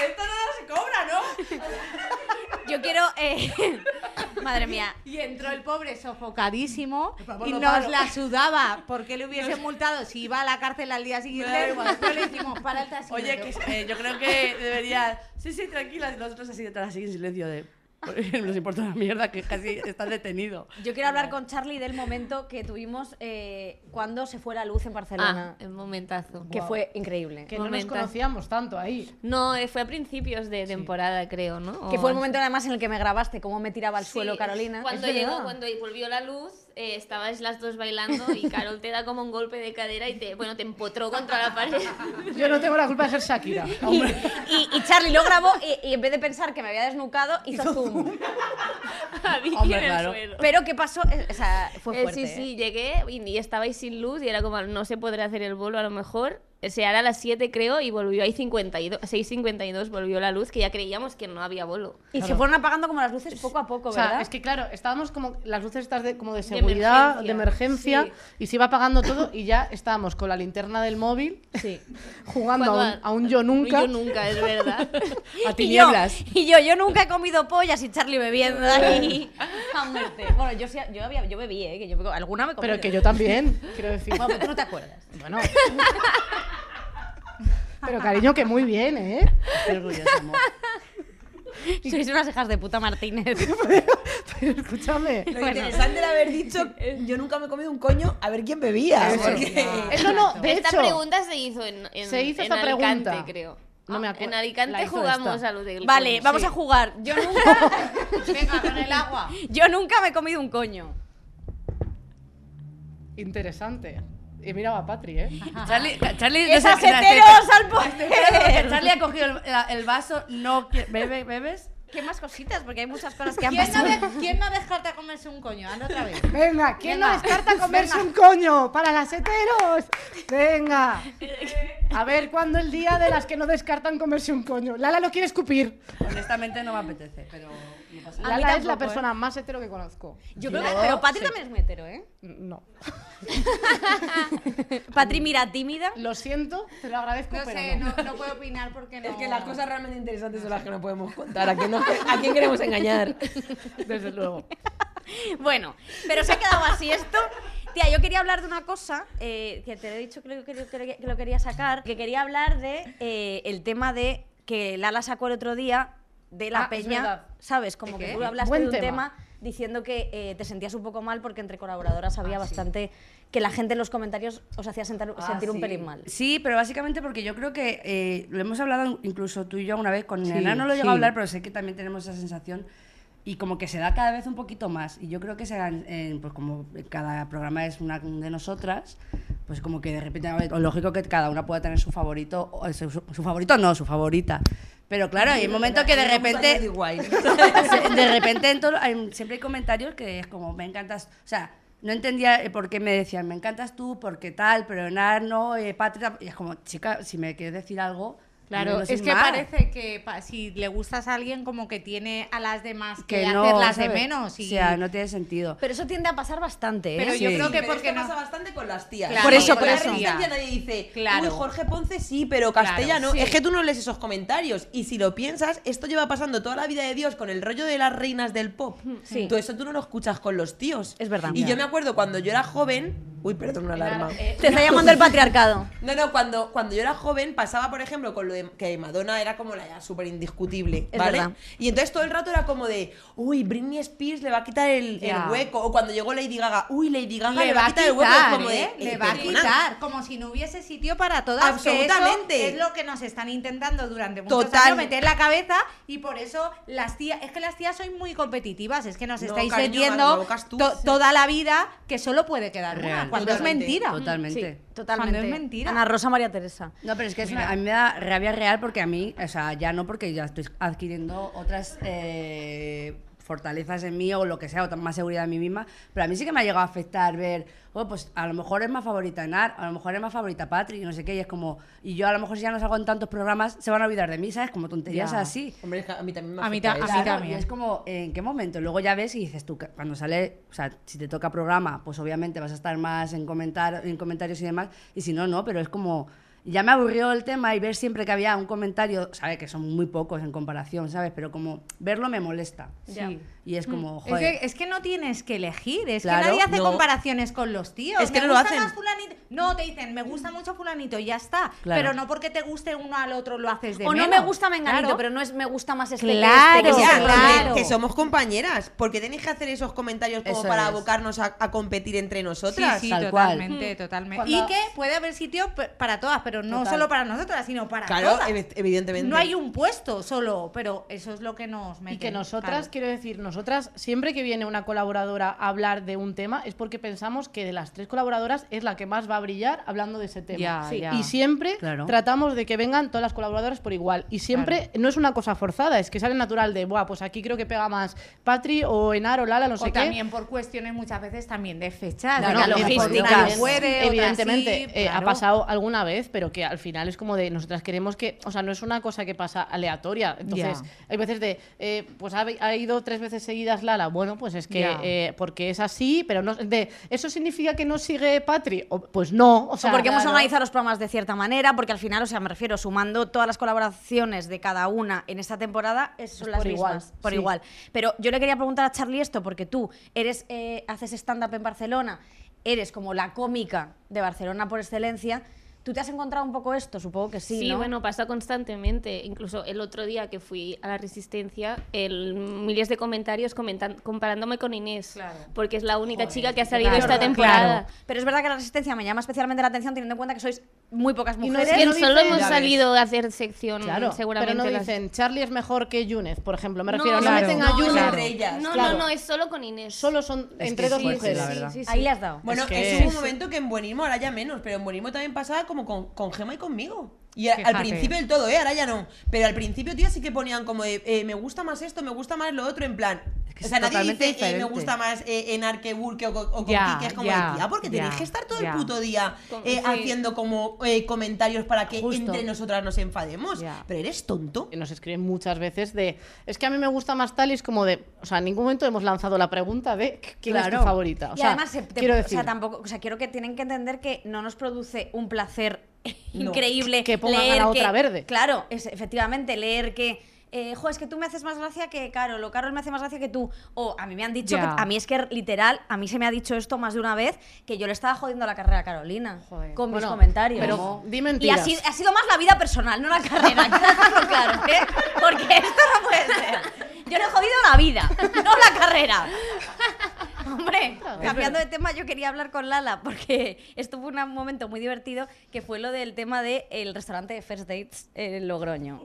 [SPEAKER 6] Esto no nos cobra, ¿no?
[SPEAKER 2] Yo quiero. eh, madre mía.
[SPEAKER 9] Y entró el pobre sofocadísimo
[SPEAKER 5] favor,
[SPEAKER 9] y
[SPEAKER 5] no
[SPEAKER 9] nos
[SPEAKER 5] paro.
[SPEAKER 9] la sudaba porque le hubiesen multado si iba a la cárcel al día siguiente. Pero le dijimos, para el taxi.
[SPEAKER 5] Oye, que eh, yo creo que debería. Sí, sí, tranquila. Y nosotros así detrás, así en silencio de. Nos importa una mierda que casi estás detenido.
[SPEAKER 2] Yo quiero hablar con Charlie del momento que tuvimos eh, cuando se fue la luz en Barcelona.
[SPEAKER 7] Ah, un momentazo.
[SPEAKER 2] que fue increíble.
[SPEAKER 3] que no nos
[SPEAKER 7] Momentas.
[SPEAKER 3] conocíamos tanto ahí.
[SPEAKER 7] No, eh, fue a principios de temporada, creo, ¿no?
[SPEAKER 2] Que fue
[SPEAKER 7] O
[SPEAKER 2] el
[SPEAKER 7] antes.
[SPEAKER 2] momento además en el que me grabaste cómo me tiraba al
[SPEAKER 7] Sí,
[SPEAKER 2] suelo Carolina.
[SPEAKER 7] Cuando
[SPEAKER 2] Es
[SPEAKER 7] llegó,
[SPEAKER 2] verdad.
[SPEAKER 7] cuando volvió la luz, eh, estabais las dos bailando y Carol te da como un golpe de cadera y te, bueno, te empotró contra la pared.
[SPEAKER 3] Yo no tengo la culpa de ser Shakira. Hombre.
[SPEAKER 2] Y, y Charlie lo grabó y, y en vez de pensar que me había desnucado, hizo, zoom.
[SPEAKER 7] A Vicky
[SPEAKER 5] Hombre,
[SPEAKER 7] en el
[SPEAKER 5] claro.
[SPEAKER 7] suelo.
[SPEAKER 2] Pero ¿qué pasó? Eh, O sea, fue
[SPEAKER 7] Eh,
[SPEAKER 2] fuerte.
[SPEAKER 7] sí, sí, llegué y, y estabais sin luz y era como, no se podrá hacer el bolo a lo mejor. Se hará a las 7 creo y volvió ahí 52, 6.52 volvió la luz que ya creíamos que no había bolo.
[SPEAKER 2] Y se fueron apagando como las luces poco a poco,
[SPEAKER 3] O sea,
[SPEAKER 2] ¿verdad?
[SPEAKER 3] es que claro, estábamos como las luces estas de, como de seguridad, de
[SPEAKER 7] emergencia,
[SPEAKER 3] emergencia, y se iba apagando todo y ya estábamos con la linterna del móvil
[SPEAKER 2] Sí.
[SPEAKER 3] jugando a
[SPEAKER 7] Cuando
[SPEAKER 3] un, a un yo nunca.
[SPEAKER 7] Yo nunca, es verdad.
[SPEAKER 5] A
[SPEAKER 2] Y yo,
[SPEAKER 5] tinieblas.
[SPEAKER 2] y yo, yo nunca he comido pollas y Charlie bebiendo ahí a muerte. Bueno, yo, sí- yo, había, yo bebí, ¿eh? Que yo, alguna me comí.
[SPEAKER 3] Pero que yo también, quiero decir.
[SPEAKER 2] Bueno, pero tú no te acuerdas.
[SPEAKER 3] Bueno. Pero cariño, que muy bien, ¿eh?
[SPEAKER 5] Estoy orgullosa, amor.
[SPEAKER 2] Sois unas hijas de puta Martínez.
[SPEAKER 3] Pero escúchame.
[SPEAKER 6] Lo interesante era haber dicho, yo nunca me he comido un coño, a ver quién bebía. porque-
[SPEAKER 3] Eh, No, no, de
[SPEAKER 7] esta
[SPEAKER 3] hecho.
[SPEAKER 7] pregunta se hizo en, en-
[SPEAKER 3] se hizo
[SPEAKER 7] en
[SPEAKER 3] esta
[SPEAKER 7] Alicante,
[SPEAKER 3] pregunta.
[SPEAKER 7] creo. Ah,
[SPEAKER 3] No me acuerdo.
[SPEAKER 7] en
[SPEAKER 3] La
[SPEAKER 7] Alicante
[SPEAKER 3] hizo
[SPEAKER 7] jugamos
[SPEAKER 3] esta.
[SPEAKER 7] a lo del
[SPEAKER 2] Vale,
[SPEAKER 7] coño,
[SPEAKER 2] vamos
[SPEAKER 7] sí.
[SPEAKER 2] a jugar. Yo nunca,
[SPEAKER 8] Venga, con el agua.
[SPEAKER 2] yo nunca me he comido un coño.
[SPEAKER 3] Interesante. Y miraba a Patri, ¿eh?
[SPEAKER 5] Charlie, Charlie, no
[SPEAKER 2] ¡Esas
[SPEAKER 5] sé- espera,
[SPEAKER 2] heteros al
[SPEAKER 5] espera, espera,
[SPEAKER 2] poder!
[SPEAKER 5] porque Charlie ha cogido el, la- el vaso, no quiere- bebe, bebes.
[SPEAKER 2] ¿Qué más cositas? Porque hay muchas cosas que han
[SPEAKER 8] ¿Quién no,
[SPEAKER 2] pasado.
[SPEAKER 8] de- quién no descarta comerse un coño? Anda otra vez.
[SPEAKER 3] Venga, ¿quién no
[SPEAKER 8] Venga.
[SPEAKER 3] descarta comerse un coño? ¡Para las heteros! Venga. A ver, ¿cuándo el día de las que no descartan comerse un coño? Lala lo quiere escupir.
[SPEAKER 5] Honestamente no me apetece, pero no pasa nada.
[SPEAKER 3] Lala es la
[SPEAKER 2] tampoco, ¿eh?
[SPEAKER 3] persona más hetero que conozco.
[SPEAKER 2] Yo creo que, pero Patri también es muy hetero, ¿eh?
[SPEAKER 3] No.
[SPEAKER 2] Patri mira tímida.
[SPEAKER 3] Lo siento, te lo agradezco,
[SPEAKER 8] No
[SPEAKER 3] pero
[SPEAKER 8] sé,
[SPEAKER 3] no.
[SPEAKER 8] no, no puedo opinar porque no.
[SPEAKER 6] Es que las cosas realmente interesantes son las que no podemos contar. ¿A quién, nos- a quién queremos engañar?
[SPEAKER 3] Desde luego.
[SPEAKER 2] Bueno, pero se ha quedado así esto. Tía, yo quería hablar de una cosa eh, que te he dicho que lo, que lo- que lo- que lo quería sacar, que quería hablar de eh, el tema de que Lala sacó el otro día de la
[SPEAKER 3] Ah, es verdad.
[SPEAKER 2] peña, ¿sabes? Como que
[SPEAKER 3] qué?
[SPEAKER 2] tú hablaste
[SPEAKER 3] Buen
[SPEAKER 2] de un
[SPEAKER 3] tema.
[SPEAKER 2] tema, diciendo que eh, te sentías un poco mal porque entre colaboradoras había bastante que la gente en los comentarios os hacía sentar- sentir un pelín mal.
[SPEAKER 5] Sí, pero básicamente porque yo creo que eh, lo hemos hablado incluso tú y yo una vez con
[SPEAKER 3] Sí,
[SPEAKER 5] Nena, no lo he llegado a
[SPEAKER 3] sí.
[SPEAKER 5] hablar, pero sé que también tenemos esa sensación y como que se da cada vez un poquito más. Y yo creo que se dan, eh, pues como cada programa es una de nosotras, pues como que de repente, a ver, lógico que cada una pueda tener su favorito, o su, su- su favorito no, su favorita. Pero claro, hay un momento que de repente
[SPEAKER 6] Igual.
[SPEAKER 5] se- de repente en todo- hay- siempre hay comentarios que es como, me encantas, o sea, no entendía eh, por qué me decían, me encantas tú, porque tal, pero Enar no, eh, Patria, y es como, chica, si me quieres decir algo,
[SPEAKER 9] Claro,
[SPEAKER 5] No, no,
[SPEAKER 9] es
[SPEAKER 5] sin
[SPEAKER 9] que
[SPEAKER 5] más.
[SPEAKER 9] parece que pa- si le gustas a alguien, como que tiene a las demás que,
[SPEAKER 5] que no,
[SPEAKER 9] hacerlas de
[SPEAKER 5] ¿sabes?
[SPEAKER 9] menos. Y...
[SPEAKER 5] O sea, no tiene sentido.
[SPEAKER 2] Pero eso tiende a pasar bastante, ¿eh?
[SPEAKER 9] Pero yo
[SPEAKER 5] Sí.
[SPEAKER 9] creo que
[SPEAKER 6] Pero
[SPEAKER 9] porque
[SPEAKER 6] esto
[SPEAKER 9] no.
[SPEAKER 6] pasa bastante con las tías.
[SPEAKER 9] Claro,
[SPEAKER 2] Por eso,
[SPEAKER 6] con
[SPEAKER 2] por
[SPEAKER 6] la
[SPEAKER 2] eso.
[SPEAKER 6] resistencia nadie dice,
[SPEAKER 9] Claro.
[SPEAKER 6] uy, Jorge Ponce sí, pero
[SPEAKER 9] Claro,
[SPEAKER 6] castellano.
[SPEAKER 9] sí.
[SPEAKER 6] Es que tú no lees esos comentarios. Y si lo piensas, esto lleva pasando toda la vida de Dios con el rollo de las reinas del pop.
[SPEAKER 2] Sí.
[SPEAKER 6] Todo eso tú no lo escuchas con los tíos.
[SPEAKER 2] Es verdad.
[SPEAKER 6] Y yo me acuerdo cuando yo era joven... Uy, perdón, una alarma.
[SPEAKER 2] Te está llamando el patriarcado.
[SPEAKER 6] No, no, cuando, cuando yo era joven pasaba, por ejemplo, con lo de que Madonna era como la ya súper indiscutible,
[SPEAKER 2] Es
[SPEAKER 6] ¿vale?
[SPEAKER 2] verdad.
[SPEAKER 6] Y entonces todo el rato era como de, uy, Britney Spears le va a quitar el, el
[SPEAKER 5] Ya.
[SPEAKER 6] hueco. O cuando llegó Lady Gaga, uy, Lady Gaga
[SPEAKER 9] Le, va a quitar,
[SPEAKER 6] el hueco. Es como de,
[SPEAKER 9] ¿eh?
[SPEAKER 6] "Eh,
[SPEAKER 9] Le va a
[SPEAKER 6] perdona".
[SPEAKER 9] quitar. Como si no hubiese sitio para todas. que eso
[SPEAKER 6] Absolutamente.
[SPEAKER 9] es lo que nos están intentando durante muchos
[SPEAKER 6] Total.
[SPEAKER 9] años meter en la cabeza. Y por eso las tías. Es que las tías sois muy competitivas. Es que nos
[SPEAKER 6] No,
[SPEAKER 9] estáis
[SPEAKER 6] cariño, las
[SPEAKER 9] vendiendo
[SPEAKER 6] locas tú.
[SPEAKER 9] to- toda la vida que solo puede quedar
[SPEAKER 5] Real.
[SPEAKER 9] una. Cuando es
[SPEAKER 6] Totalmente.
[SPEAKER 9] mentira.
[SPEAKER 5] Totalmente.
[SPEAKER 2] Sí, totalmente.
[SPEAKER 9] Cuando es mentira.
[SPEAKER 2] Ana Rosa María Teresa.
[SPEAKER 5] No, pero es que es una- a mí me da rabia real porque a mí, o sea, ya no porque ya estoy adquiriendo otras eh, fortalezas en mí o lo que sea, o tan- más seguridad en mí misma, pero a mí sí que me ha llegado a afectar ver, oh, pues a lo mejor es más favorita Enar, a lo mejor es más favorita Patri, no sé qué, y es como, y yo a lo mejor si ya no salgo en tantos programas, se van a olvidar de mí, ¿sabes? Como tonterías
[SPEAKER 2] Ya.
[SPEAKER 5] así.
[SPEAKER 6] Hombre, es que a mí también me
[SPEAKER 9] A mí
[SPEAKER 6] afecta
[SPEAKER 9] ta-
[SPEAKER 6] eso.
[SPEAKER 9] a mí
[SPEAKER 5] Claro,
[SPEAKER 9] también.
[SPEAKER 5] y es como, ¿en qué momento? Luego ya ves y dices tú, que cuando sale, o sea, si te toca programa, pues obviamente vas a estar más en, comentar, en comentarios y demás, y si no, no, pero es como, ya me aburrió el tema y ver siempre que había un comentario, sabes que son muy pocos en comparación, ¿sabes? Pero como verlo me molesta.
[SPEAKER 7] Ya.
[SPEAKER 5] Y es como,
[SPEAKER 9] Mm. Es
[SPEAKER 5] joder.
[SPEAKER 9] que, es que no tienes que elegir, es
[SPEAKER 5] Claro,
[SPEAKER 9] que nadie hace
[SPEAKER 6] no.
[SPEAKER 9] comparaciones con los tíos.
[SPEAKER 6] Es que
[SPEAKER 9] me
[SPEAKER 6] no lo
[SPEAKER 9] gusta
[SPEAKER 6] hacen.
[SPEAKER 9] más fulanito. No, te dicen, me gusta mucho fulanito y ya está.
[SPEAKER 5] Claro.
[SPEAKER 9] Pero no porque te guste uno al otro lo haces de
[SPEAKER 2] O no
[SPEAKER 9] menos.
[SPEAKER 2] me gusta Menganito,
[SPEAKER 9] Claro.
[SPEAKER 2] pero no es me gusta más este que
[SPEAKER 9] Claro,
[SPEAKER 2] este, que sí,
[SPEAKER 6] Ya,
[SPEAKER 2] que
[SPEAKER 6] que-
[SPEAKER 9] claro.
[SPEAKER 6] Que somos compañeras. ¿Por qué tenéis que hacer esos comentarios como
[SPEAKER 5] Eso
[SPEAKER 6] para
[SPEAKER 5] es.
[SPEAKER 6] abocarnos a, a competir entre nosotras?
[SPEAKER 9] Sí, sí,
[SPEAKER 5] Tal cual.
[SPEAKER 9] totalmente, totalmente.
[SPEAKER 3] Cuando-
[SPEAKER 9] Mm. Y que puede haber sitio p- para todas, pero no
[SPEAKER 5] Total.
[SPEAKER 9] solo para nosotras, sino para
[SPEAKER 6] Claro,
[SPEAKER 9] todas.
[SPEAKER 6] ev- evidentemente.
[SPEAKER 9] No hay un puesto solo, pero eso es lo que nos meten.
[SPEAKER 3] Y que nosotras,
[SPEAKER 9] claro.
[SPEAKER 3] quiero decir, nosotras, siempre que viene una colaboradora a hablar de un tema, es porque pensamos que de las tres colaboradoras es la que más va a brillar hablando de ese tema.
[SPEAKER 11] Ya, Sí. ya.
[SPEAKER 3] Y siempre
[SPEAKER 5] Claro.
[SPEAKER 3] tratamos de que vengan todas las colaboradoras por igual. Y siempre no es una cosa forzada, es que sale natural de, Buah, pues aquí creo que pega más Patri o Enar o Lala, no sé
[SPEAKER 9] o
[SPEAKER 3] qué.
[SPEAKER 9] también por cuestiones muchas veces también de fechas.
[SPEAKER 5] Claro,
[SPEAKER 9] de que a lo
[SPEAKER 5] la
[SPEAKER 9] mejor
[SPEAKER 5] logística
[SPEAKER 9] una no
[SPEAKER 5] es-
[SPEAKER 9] puede, otra
[SPEAKER 3] Evidentemente,
[SPEAKER 9] sí,
[SPEAKER 3] eh, ha
[SPEAKER 9] claro.
[SPEAKER 3] pasado alguna vez, pero que al final es como de nosotras queremos que, o sea, no es una cosa que pasa aleatoria. Entonces,
[SPEAKER 11] Ya.
[SPEAKER 3] hay veces de, eh, pues ha, ha ido tres veces seguidas Lala. Bueno, pues es que,
[SPEAKER 11] Ya.
[SPEAKER 3] eh, porque es así, pero no, de, ¿eso significa que no sigue Patri? O- pues no, o
[SPEAKER 2] O
[SPEAKER 3] sea,
[SPEAKER 2] porque hemos
[SPEAKER 3] claro.
[SPEAKER 2] organizado los programas de cierta manera, porque al final, o sea, me refiero, sumando todas las colaboraciones de cada una en esta temporada, es- son
[SPEAKER 3] Es
[SPEAKER 2] las
[SPEAKER 3] por igual,
[SPEAKER 2] mismas, por
[SPEAKER 3] sí.
[SPEAKER 2] igual. Pero yo le quería preguntar a Charlie esto, porque tú eres, eh, haces stand-up en Barcelona, eres como la cómica de Barcelona por excelencia. ¿Tú te has encontrado un poco esto? Supongo que sí,
[SPEAKER 7] Sí,
[SPEAKER 2] ¿no?
[SPEAKER 7] bueno, pasa constantemente. Incluso el otro día que fui a la Resistencia, el, miles de comentarios comentan- comparándome con Inés, porque es la única chica que ha salido
[SPEAKER 2] claro,
[SPEAKER 7] esta
[SPEAKER 2] claro.
[SPEAKER 7] temporada.
[SPEAKER 2] Pero es verdad que la resistencia me llama especialmente la atención teniendo en cuenta que sois muy pocas
[SPEAKER 3] no
[SPEAKER 2] mujeres.
[SPEAKER 3] es que
[SPEAKER 7] Que
[SPEAKER 3] no
[SPEAKER 7] solo
[SPEAKER 3] dicen-
[SPEAKER 7] hemos
[SPEAKER 3] Ya ves.
[SPEAKER 7] salido a hacer sección,
[SPEAKER 3] Claro,
[SPEAKER 7] seguramente.
[SPEAKER 3] pero no
[SPEAKER 7] las-
[SPEAKER 3] dicen Charlie es mejor que Yunez, por ejemplo. Me
[SPEAKER 7] No,
[SPEAKER 3] refiero, no,
[SPEAKER 7] claro.
[SPEAKER 3] meten a
[SPEAKER 6] No,
[SPEAKER 3] Yunez.
[SPEAKER 6] es entre ellas.
[SPEAKER 7] No,
[SPEAKER 3] Claro.
[SPEAKER 7] no, no, es solo con Inés.
[SPEAKER 3] Solo son
[SPEAKER 5] Es
[SPEAKER 3] entre
[SPEAKER 5] que
[SPEAKER 3] dos
[SPEAKER 5] es fuerte,
[SPEAKER 3] mujeres.
[SPEAKER 5] la verdad.
[SPEAKER 7] Sí, sí,
[SPEAKER 2] Ahí
[SPEAKER 7] sí.
[SPEAKER 2] le has dado.
[SPEAKER 6] Bueno,
[SPEAKER 3] Es que-
[SPEAKER 6] eso hubo un momento que en Buenismo, ahora ya menos, pero en Buenismo también pasaba como con, con Gema y conmigo. Y a- al
[SPEAKER 9] Fíjate.
[SPEAKER 6] principio del todo, ¿eh? Ahora ya no. Pero al principio, tío, sí que ponían como de, eh, me gusta más esto, me gusta más lo otro, en plan.
[SPEAKER 5] que
[SPEAKER 6] o
[SPEAKER 5] es
[SPEAKER 6] sea, nadie
[SPEAKER 5] totalmente
[SPEAKER 6] dice, eh, me
[SPEAKER 5] diferente.
[SPEAKER 6] gusta más eh, en Arquebur que o, co- o con
[SPEAKER 11] Ya,
[SPEAKER 6] Kiki, es como
[SPEAKER 11] ya,
[SPEAKER 6] de tía, porque tenéis
[SPEAKER 11] ya,
[SPEAKER 6] que estar todo
[SPEAKER 11] ya.
[SPEAKER 6] el puto día
[SPEAKER 7] Con-
[SPEAKER 6] eh,
[SPEAKER 7] sí.
[SPEAKER 6] haciendo como eh, comentarios para que
[SPEAKER 5] Justo.
[SPEAKER 6] entre nosotras nos enfademos.
[SPEAKER 11] Ya.
[SPEAKER 6] Pero eres tonto.
[SPEAKER 3] que nos escriben muchas veces de es que a mí me gusta más tal y es como de o sea en ningún momento hemos lanzado la pregunta de quién es
[SPEAKER 5] Claro.
[SPEAKER 3] tu favorita o
[SPEAKER 2] y
[SPEAKER 3] sea
[SPEAKER 2] además, se- te-
[SPEAKER 3] quiero
[SPEAKER 2] o
[SPEAKER 3] decir
[SPEAKER 2] sea, tampoco, o sea, quiero que tienen que entender que no nos produce un placer
[SPEAKER 6] No.
[SPEAKER 2] increíble
[SPEAKER 3] Que pongan a
[SPEAKER 2] leer
[SPEAKER 3] la
[SPEAKER 2] que-
[SPEAKER 3] otra verde.
[SPEAKER 2] Claro, es, efectivamente, leer que. Eh, jo, es que tú me haces más gracia que Carol, o Carol me hace más gracia que tú. O a mí me han dicho
[SPEAKER 11] Ya.
[SPEAKER 2] que. A mí es que literal, a mí se me ha dicho esto más de una vez que yo le estaba jodiendo la carrera a Carolina
[SPEAKER 11] Joder.
[SPEAKER 2] con mis
[SPEAKER 3] Bueno,
[SPEAKER 2] comentarios.
[SPEAKER 3] pero di
[SPEAKER 2] y ha
[SPEAKER 3] mentiras
[SPEAKER 2] sido, ha sido más la vida personal, no la carrera. quiero dejarlo claro, ¿eh? Porque esto no puede ser. Yo le he jodido la vida, no la carrera. Hombre, cambiando de tema, yo quería hablar con Lala porque esto fue un momento muy divertido que fue lo del tema del restaurante de First Dates en Logroño.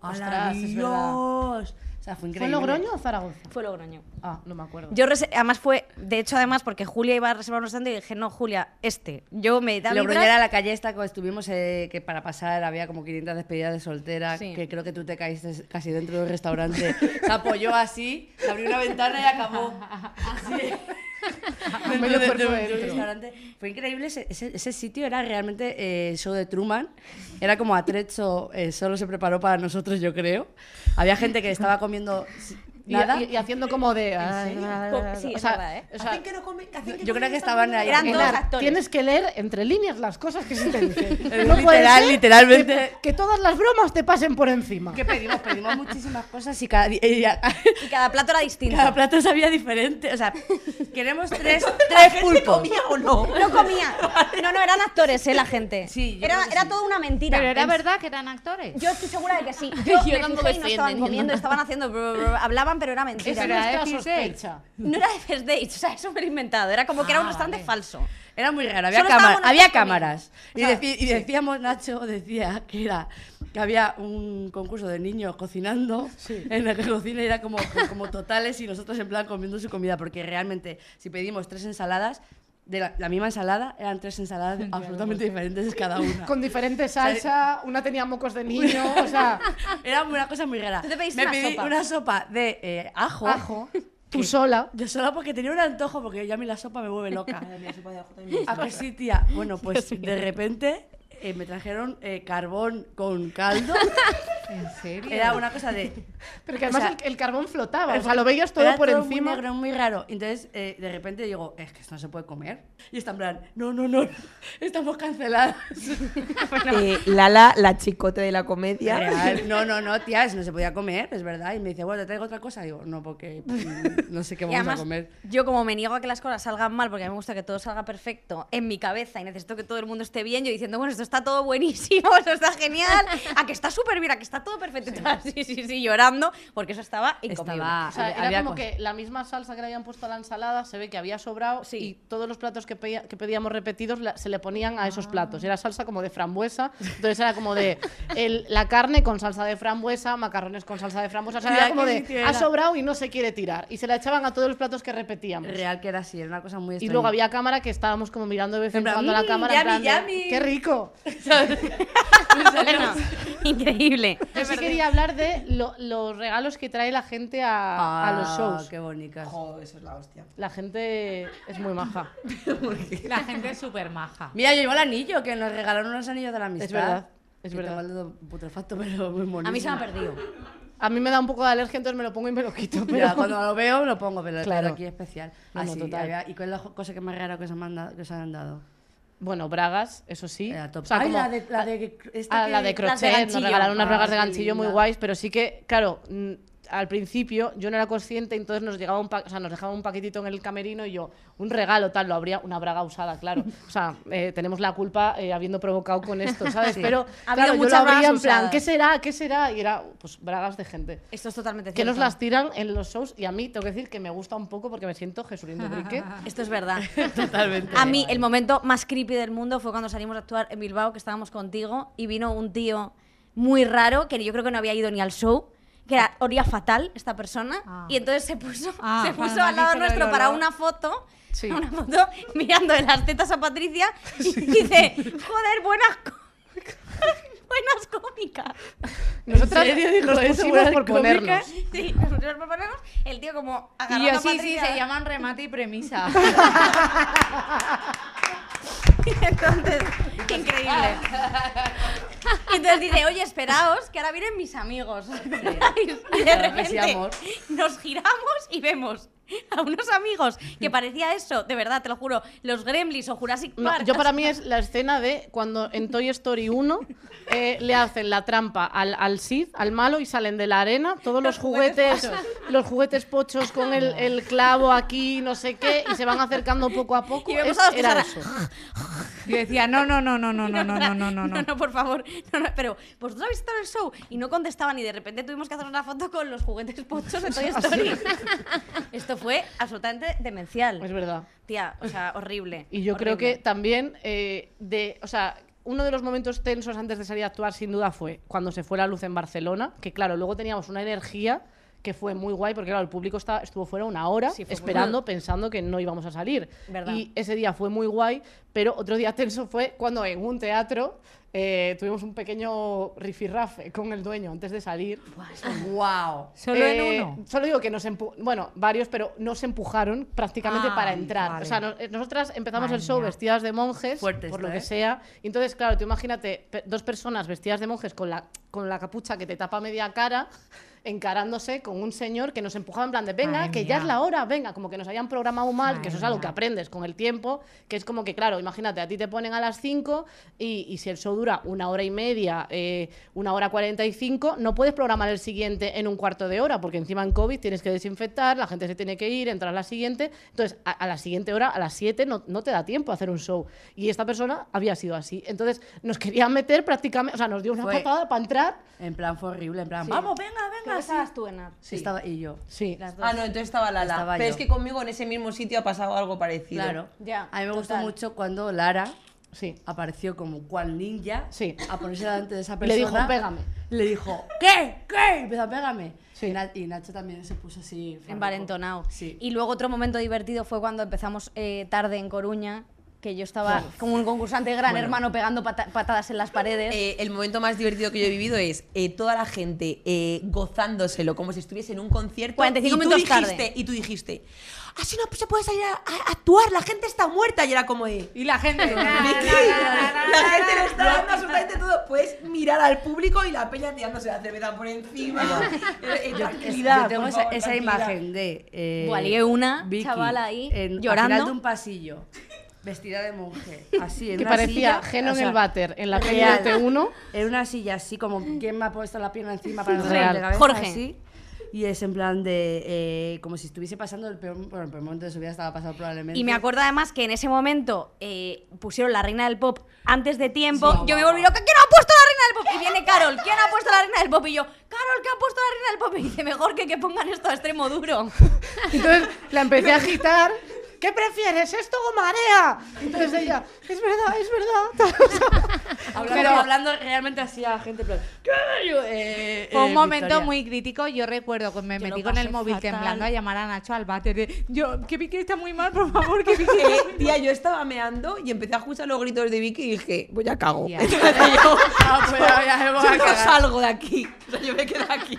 [SPEAKER 5] ¡Ostras, es verdad! O sea, fue
[SPEAKER 3] fue en
[SPEAKER 5] increíble.
[SPEAKER 3] Logroño o Zaragoza
[SPEAKER 2] Fue Logroño.
[SPEAKER 3] ah no me acuerdo
[SPEAKER 2] Yo rese- además fue, de hecho además porque Julia iba a reservar un restaurante y dije, no, Julia, este. Yo me da
[SPEAKER 5] Logroño
[SPEAKER 2] vibras-
[SPEAKER 5] era la calle esta que estuvimos, eh, que para pasar había como 500 despedidas de soltera,
[SPEAKER 2] Sí.
[SPEAKER 5] que creo que tú te caíste casi
[SPEAKER 9] Pues
[SPEAKER 5] dentro del restaurante. Se apoyó así, se abrió una ventana y acabó. Así. Me
[SPEAKER 3] lo
[SPEAKER 5] lo
[SPEAKER 3] puerco
[SPEAKER 5] de- de-
[SPEAKER 3] dentro.
[SPEAKER 5] de un restaurante. Fue increíble, ese, ese- ese sitio era realmente eh, show de Truman. Era como atrecho, eh, solo se preparó para nosotros, yo creo. Había gente que estaba comiendo si-
[SPEAKER 3] Y-
[SPEAKER 5] nada.
[SPEAKER 3] y- y haciendo como de- Sí, es verdad, ¿eh?
[SPEAKER 6] Hacen que no comen- hacen no
[SPEAKER 5] yo creo que
[SPEAKER 6] comen
[SPEAKER 5] estaban
[SPEAKER 6] esta
[SPEAKER 5] ahí.
[SPEAKER 6] mierda.
[SPEAKER 5] Eran
[SPEAKER 3] Pilar,
[SPEAKER 5] dos actores.
[SPEAKER 3] Tienes que leer entre líneas las cosas que se te dicen.
[SPEAKER 5] Literal, literalmente.
[SPEAKER 3] Que, que todas las bromas te pasen por encima.
[SPEAKER 5] ¿Qué pedimos? Pedimos muchísimas cosas y cada, di- y ya-
[SPEAKER 2] Y cada plato era distinto.
[SPEAKER 5] cada plato sabía diferente. O sea, queremos tres, tres pulpos.
[SPEAKER 6] ¿Comía o no?
[SPEAKER 2] No comía. No, no, eran actores, ¿eh, la gente.
[SPEAKER 5] Sí, yo
[SPEAKER 2] era
[SPEAKER 5] creo que
[SPEAKER 2] era
[SPEAKER 5] sí.
[SPEAKER 2] toda una mentira.
[SPEAKER 8] Pero era
[SPEAKER 2] En-
[SPEAKER 8] verdad que eran actores.
[SPEAKER 2] Yo estoy segura de que sí. Yo,
[SPEAKER 7] Yo
[SPEAKER 2] me fijé y
[SPEAKER 7] tampoco
[SPEAKER 2] no estaban
[SPEAKER 7] estoy entendiendo
[SPEAKER 2] comiendo,
[SPEAKER 7] nada.
[SPEAKER 2] estaban haciendo... brr, brr, hablaban, pero era mentira.
[SPEAKER 3] Esa es
[SPEAKER 8] era
[SPEAKER 3] nuestra
[SPEAKER 8] de
[SPEAKER 3] sospecha.
[SPEAKER 2] No era de first date, o sea, es súper inventado. Era como que era un restaurante falso.
[SPEAKER 5] Era muy raro, había,
[SPEAKER 2] Solo
[SPEAKER 5] cámara-
[SPEAKER 2] estábamos
[SPEAKER 5] había
[SPEAKER 2] nosotros
[SPEAKER 5] cámaras. Y, decí- y decíamos, Nacho decía que era que había un concurso de niños cocinando en la que cocina era como, pues, como totales y nosotros en plan comiendo su comida, porque realmente si pedimos tres ensaladas, de la, la misma ensalada eran tres ensaladas absolutamente diferentes cada una.
[SPEAKER 3] Con diferente salsa, una tenía mocos de niño, o sea,
[SPEAKER 5] Era una cosa muy rara.
[SPEAKER 2] Tú te pediste
[SPEAKER 5] Me
[SPEAKER 2] una
[SPEAKER 5] pedí
[SPEAKER 2] sopa.
[SPEAKER 5] una sopa de eh, ajo.
[SPEAKER 3] ajo, tú sola.
[SPEAKER 5] Yo solo porque tenía un antojo, porque ya a mí la sopa me vuelve loca. ¿A qué sí, tía? Bueno, pues de repente eh, me trajeron eh, carbón con caldo.
[SPEAKER 8] ¿En serio?
[SPEAKER 5] Era una cosa de...
[SPEAKER 3] Pero que además
[SPEAKER 5] O sea,
[SPEAKER 3] el, el carbón flotaba, o sea, lo veías todo
[SPEAKER 5] era
[SPEAKER 3] por
[SPEAKER 5] muy
[SPEAKER 3] encima.
[SPEAKER 5] negro, muy raro. Entonces, eh, de repente digo, es que esto no se puede comer. Y está en plan, no, no, no, estamos canceladas.
[SPEAKER 6] Eh, Lala, la chicote de la comedia.
[SPEAKER 5] Real. No, no, no, tía, eso no se podía comer, es verdad. Y me dice, bueno, ¿te traigo otra cosa? digo, no, porque mm, no sé qué
[SPEAKER 2] Y
[SPEAKER 5] vamos
[SPEAKER 2] además,
[SPEAKER 5] a comer.
[SPEAKER 2] yo como me niego a que las cosas salgan mal, porque a mí me gusta que todo salga perfecto en mi cabeza y necesito que todo el mundo esté bien, yo diciendo, bueno, esto está todo buenísimo, esto está genial, a que está súper bien, a que está todo perfecto. Y todas, Sí, sí, sí, llorando, porque eso estaba incomible.
[SPEAKER 5] Estaba-
[SPEAKER 3] O sea,
[SPEAKER 5] había-
[SPEAKER 3] era
[SPEAKER 5] había
[SPEAKER 3] como
[SPEAKER 5] cosas.
[SPEAKER 3] que la misma salsa que le habían puesto a la ensalada se ve que había sobrado
[SPEAKER 2] Sí.
[SPEAKER 3] y todos los platos que, pedía- que pedíamos repetidos la- se le ponían a
[SPEAKER 5] Ah.
[SPEAKER 3] esos platos. Era salsa como de frambuesa, entonces era como de el- la carne con salsa de frambuesa, macarrones con salsa de frambuesa, o sea,
[SPEAKER 5] Mira,
[SPEAKER 3] era como
[SPEAKER 5] qué
[SPEAKER 3] de
[SPEAKER 5] sitio
[SPEAKER 3] ha
[SPEAKER 5] era".
[SPEAKER 3] sobrado y no se quiere tirar. Y se la echaban a todos los platos que repetíamos.
[SPEAKER 5] Real que era así, era una cosa muy
[SPEAKER 3] Y
[SPEAKER 5] extraña.
[SPEAKER 3] luego había cámara que estábamos como mirando de vez en,
[SPEAKER 5] En plan,
[SPEAKER 3] cuando a la
[SPEAKER 5] "Mm,
[SPEAKER 3] cámara. en
[SPEAKER 5] yummy,
[SPEAKER 3] plan de,
[SPEAKER 5] yummy".
[SPEAKER 3] ¡Qué rico!
[SPEAKER 2] Bueno, increíble.
[SPEAKER 3] Yo sí quería hablar de lo- los regalos que trae la gente a, a los
[SPEAKER 5] Ah,
[SPEAKER 3] shows.
[SPEAKER 5] Qué bonitas.
[SPEAKER 6] Joder, eso es la hostia.
[SPEAKER 3] La gente es muy maja.
[SPEAKER 8] La gente es súper maja.
[SPEAKER 5] Mira, yo llevo el anillo, que nos regalaron unos anillos de la amistad.
[SPEAKER 3] Ah. Es verdad, es
[SPEAKER 5] Que
[SPEAKER 3] verdad.
[SPEAKER 5] Tengo el dedo putrefacto, pero muy bonito.
[SPEAKER 2] A mí se me ha perdido.
[SPEAKER 3] A mí me da un poco de alergia, entonces me lo pongo y me lo quito. Pero
[SPEAKER 5] Mira, cuando lo veo, lo pongo, pero,
[SPEAKER 3] Claro.
[SPEAKER 5] pero aquí es especial.
[SPEAKER 3] No,
[SPEAKER 5] Ah,
[SPEAKER 3] no,
[SPEAKER 5] sí,
[SPEAKER 3] total.
[SPEAKER 5] había- ¿Y cuál es la jo- cosa que más rara que os han, mandado- que os han dado?
[SPEAKER 3] Bueno, bragas, eso sí.
[SPEAKER 5] Era top.
[SPEAKER 3] O sea,
[SPEAKER 5] Eh, Ay,
[SPEAKER 3] como-
[SPEAKER 5] la de, la de, esta
[SPEAKER 3] a
[SPEAKER 5] que-
[SPEAKER 3] Ah, la de
[SPEAKER 5] las
[SPEAKER 3] crochet, nos
[SPEAKER 5] ganchillo.
[SPEAKER 3] regalaron unas
[SPEAKER 5] Ah,
[SPEAKER 3] bragas de
[SPEAKER 5] qué
[SPEAKER 3] ganchillo muy
[SPEAKER 5] linda.
[SPEAKER 3] guays, pero sí que, claro, mm, al principio yo no era consciente, entonces nos llegaba un, pa- o sea, nos dejaba un paquetito en el camerino y yo, un regalo tal, lo habría una braga usada, claro. O sea, eh, tenemos la culpa eh, habiendo provocado con esto, ¿sabes? Pero
[SPEAKER 2] Ha habido
[SPEAKER 3] claro, yo lo
[SPEAKER 2] muchas
[SPEAKER 3] abría en
[SPEAKER 2] bragas
[SPEAKER 3] plan,
[SPEAKER 2] usadas.
[SPEAKER 3] ¿qué será? ¿Qué será? Y era pues bragas de gente.
[SPEAKER 2] Esto es totalmente
[SPEAKER 3] Que
[SPEAKER 2] cierto.
[SPEAKER 3] nos las tiran en los shows y a mí tengo que decir que me gusta un poco porque me siento Jesurindo Brique.
[SPEAKER 2] Esto es verdad.
[SPEAKER 5] Totalmente.
[SPEAKER 2] A mí el momento más creepy del mundo fue cuando salimos a actuar en Bilbao, que estábamos contigo, y vino un tío muy raro, que yo creo que no había ido ni al show, que era, olía fatal esta persona,
[SPEAKER 8] Ah.
[SPEAKER 2] y entonces se puso,
[SPEAKER 8] Ah,
[SPEAKER 2] se puso
[SPEAKER 8] cuando
[SPEAKER 2] al lado
[SPEAKER 8] dijiste lo del
[SPEAKER 2] nuestro para
[SPEAKER 8] olor.
[SPEAKER 2] una foto.
[SPEAKER 3] Sí.
[SPEAKER 2] Una foto mirando en las tetas a Patricia y dice, joder, buenas, có- buenas cómicas.
[SPEAKER 3] Nosotras
[SPEAKER 5] serio dijo
[SPEAKER 3] nos
[SPEAKER 5] eso?
[SPEAKER 3] pusimos
[SPEAKER 5] Buenas
[SPEAKER 3] por
[SPEAKER 5] cómicas.
[SPEAKER 3] ponernos.
[SPEAKER 2] Sí, nosotros proponemos, el tío como
[SPEAKER 8] Y
[SPEAKER 2] agarrando
[SPEAKER 8] yo
[SPEAKER 2] a
[SPEAKER 8] sí, sí,
[SPEAKER 2] Patricia.
[SPEAKER 8] se llaman remate y premisa.
[SPEAKER 2] Y entonces, increíble. Y entonces dice, oye, esperaos, que ahora vienen mis amigos. Y de
[SPEAKER 5] Claro que sí,
[SPEAKER 2] repente
[SPEAKER 5] amor.
[SPEAKER 2] nos giramos y vemos a unos amigos que parecía eso, de verdad, te lo juro, los Gremlins o Jurassic
[SPEAKER 3] No,
[SPEAKER 2] Park.
[SPEAKER 3] yo para mí es la escena de cuando en Toy Story 1 eh, le hacen la trampa al, al Sid, al malo, y salen de la arena todos los, juguetes, los juguetes pochos con el, el clavo aquí, no sé qué, y se van acercando poco a poco.
[SPEAKER 2] Y vemos
[SPEAKER 3] Es-
[SPEAKER 2] a los que
[SPEAKER 3] era
[SPEAKER 2] se
[SPEAKER 3] eso.
[SPEAKER 8] Yo decía, no, no, no, no, no, no, no, no, no, no,
[SPEAKER 2] No,
[SPEAKER 8] no.
[SPEAKER 2] no, por favor. No, no, pero vosotros habéis estado en el show y no contestaban y de repente tuvimos que hacer una foto con los juguetes pochos de Toy Story. Esto fue absolutamente
[SPEAKER 3] Es
[SPEAKER 2] demencial.
[SPEAKER 3] verdad.
[SPEAKER 2] Tía, o sea, horrible.
[SPEAKER 3] Y yo creo
[SPEAKER 2] horrible.
[SPEAKER 3] que también eh, de, o sea, uno de los momentos tensos antes de salir a actuar sin duda fue cuando se fue la luz en Barcelona, que claro, luego teníamos una energía que fue muy guay porque, claro, el público está, estuvo fuera una hora
[SPEAKER 12] Sí, fue muy
[SPEAKER 3] esperando,
[SPEAKER 12] guay.
[SPEAKER 3] pensando que no íbamos a salir.
[SPEAKER 12] Verdad.
[SPEAKER 3] Y ese día fue muy guay, pero otro día tenso fue cuando en un teatro eh, tuvimos un pequeño rifirrafe con el dueño antes de salir. Eh,
[SPEAKER 5] ¡Wow!
[SPEAKER 9] ¿Solo en uno?
[SPEAKER 3] Solo digo que nos empu- bueno, varios, pero nos empujaron prácticamente
[SPEAKER 12] Ah,
[SPEAKER 5] Ay,
[SPEAKER 3] para entrar.
[SPEAKER 5] vale.
[SPEAKER 3] O sea, no- eh, nosotras empezamos
[SPEAKER 5] Madre
[SPEAKER 3] el show
[SPEAKER 5] mía.
[SPEAKER 3] vestidas de monjes,
[SPEAKER 5] Fuerte
[SPEAKER 3] por
[SPEAKER 5] esto,
[SPEAKER 3] lo que
[SPEAKER 5] ¿eh?
[SPEAKER 3] sea. Y entonces, claro, tú imagínate pe- dos personas vestidas de monjes con la, con la capucha que te tapa media cara encarándose con un señor que nos empujaba en plan de venga,
[SPEAKER 5] Madre
[SPEAKER 3] que
[SPEAKER 5] mía.
[SPEAKER 3] ya es la hora, venga, como que nos habían programado mal, que eso es algo que aprendes con el tiempo, que es como que, claro, imagínate, a ti te ponen a las 5 y, y si el show dura una hora y media, eh, una hora 45, no puedes programar el siguiente en un cuarto de hora, porque encima en COVID tienes que desinfectar, la gente se tiene que ir, entrar a la siguiente, entonces a, a la siguiente hora, a las 7, no, no te da tiempo a hacer un show. Y esta persona había sido así, entonces nos querían meter prácticamente, o sea, nos dio una
[SPEAKER 5] Fue-
[SPEAKER 3] patada para entrar.
[SPEAKER 5] En plan, fue horrible, en plan,
[SPEAKER 3] Sí.
[SPEAKER 5] vamos, venga,
[SPEAKER 2] Creo
[SPEAKER 5] venga.
[SPEAKER 2] que
[SPEAKER 5] sí.
[SPEAKER 2] estabas tú, Enar.
[SPEAKER 5] Sí. Estaba, y yo.
[SPEAKER 3] Sí.
[SPEAKER 6] Ah, no, entonces estaba Lala.
[SPEAKER 5] Estaba
[SPEAKER 6] Pero
[SPEAKER 5] yo.
[SPEAKER 6] es que conmigo en ese mismo sitio ha pasado algo parecido.
[SPEAKER 5] Claro.
[SPEAKER 2] Ya,
[SPEAKER 5] a mí me gustó
[SPEAKER 2] total.
[SPEAKER 5] mucho cuando Lara
[SPEAKER 3] Sí.
[SPEAKER 5] apareció como cual ninja
[SPEAKER 3] Sí.
[SPEAKER 5] a ponerse delante de esa
[SPEAKER 3] Le
[SPEAKER 5] persona.
[SPEAKER 3] dijo, "Pégame".
[SPEAKER 5] Le dijo, ¿qué? ¿Qué? Y empezó a pégame.
[SPEAKER 3] Sí.
[SPEAKER 5] Y, Na- y Nacho también se puso así. farruco.
[SPEAKER 2] Envalentonado.
[SPEAKER 5] Sí.
[SPEAKER 2] Y luego otro momento divertido fue cuando empezamos eh, tarde en Coruña, que yo estaba como un concursante de gran hermano pegando pata- patadas en las paredes.
[SPEAKER 6] Eh, el momento más divertido que yo he vivido es eh, toda la gente eh, gozándoselo como si estuviese en un concierto.
[SPEAKER 2] 45
[SPEAKER 6] y tú
[SPEAKER 2] minutos
[SPEAKER 6] dijiste,
[SPEAKER 2] tarde.
[SPEAKER 6] Y tú dijiste, así no se puede salir a, a- a actuar, la gente está muerta. Y era como de,
[SPEAKER 9] Y la gente.
[SPEAKER 6] Vicky, la gente lo está dando absolutamente todo. Puedes mirar al público y la peña tirándose la cerveza por encima. Eh, eh,
[SPEAKER 5] Es-
[SPEAKER 6] tranquilidad.
[SPEAKER 5] yo tengo
[SPEAKER 6] por
[SPEAKER 5] esa,
[SPEAKER 6] favor,
[SPEAKER 5] esa
[SPEAKER 6] tranquilidad.
[SPEAKER 5] imagen de. Eh,
[SPEAKER 2] Buah, lié una
[SPEAKER 5] Vicky
[SPEAKER 2] chavala ahí,
[SPEAKER 5] en- al
[SPEAKER 2] llorando.
[SPEAKER 5] final de un pasillo, vestida de monje. Así, en
[SPEAKER 3] Que
[SPEAKER 5] una
[SPEAKER 3] parecía
[SPEAKER 5] silla,
[SPEAKER 3] Geno
[SPEAKER 5] o
[SPEAKER 3] en
[SPEAKER 5] sea,
[SPEAKER 3] el váter, en la peli
[SPEAKER 5] real.
[SPEAKER 3] de T1.
[SPEAKER 5] En una silla así, como ¿quién me ha puesto la pierna encima para no
[SPEAKER 3] Real.
[SPEAKER 5] salir de cabeza?
[SPEAKER 2] Jorge.
[SPEAKER 5] así. Y es en plan de. eh, como si estuviese pasando el peor, bueno, el peor momento de su vida, estaba pasando probablemente.
[SPEAKER 2] Y me acuerdo además que en ese momento eh, pusieron la reina del pop antes de tiempo.
[SPEAKER 5] Sí.
[SPEAKER 2] yo me volví loca, ¿quién ha puesto la reina del pop? Y viene Carol, ¿quién ha puesto la reina del pop? Y yo, Carol, ¿qué ha puesto la reina del pop? Y dice, mejor que, que pongan esto a extremo duro.
[SPEAKER 3] Entonces la empecé a agitar. ¿Qué prefieres, esto o marea? Entonces ella, es verdad, es verdad.
[SPEAKER 5] Hablando,
[SPEAKER 3] Pero-
[SPEAKER 5] hablando realmente así a gente, en plan, "¿Qué?". Yo, eh,
[SPEAKER 9] Fue un
[SPEAKER 5] eh,
[SPEAKER 9] momento
[SPEAKER 5] Victoria.
[SPEAKER 9] muy crítico. Yo recuerdo que me
[SPEAKER 2] Yo lo
[SPEAKER 9] metí con el
[SPEAKER 2] pasé
[SPEAKER 9] móvil
[SPEAKER 2] fatal.
[SPEAKER 9] temblando a llamar a Nacho al váter. de, Yo, que Vicky está muy mal, por favor, que Vicky.
[SPEAKER 6] Eh, tía, yo estaba meando y empecé a escuchar los gritos de Vicky y dije, voy a cago.
[SPEAKER 9] Ya.
[SPEAKER 6] Entonces yo,
[SPEAKER 5] Ah, pues ya, ya me voy a
[SPEAKER 6] yo no
[SPEAKER 5] cagar.
[SPEAKER 6] salgo de aquí. O sea, yo me quedo aquí.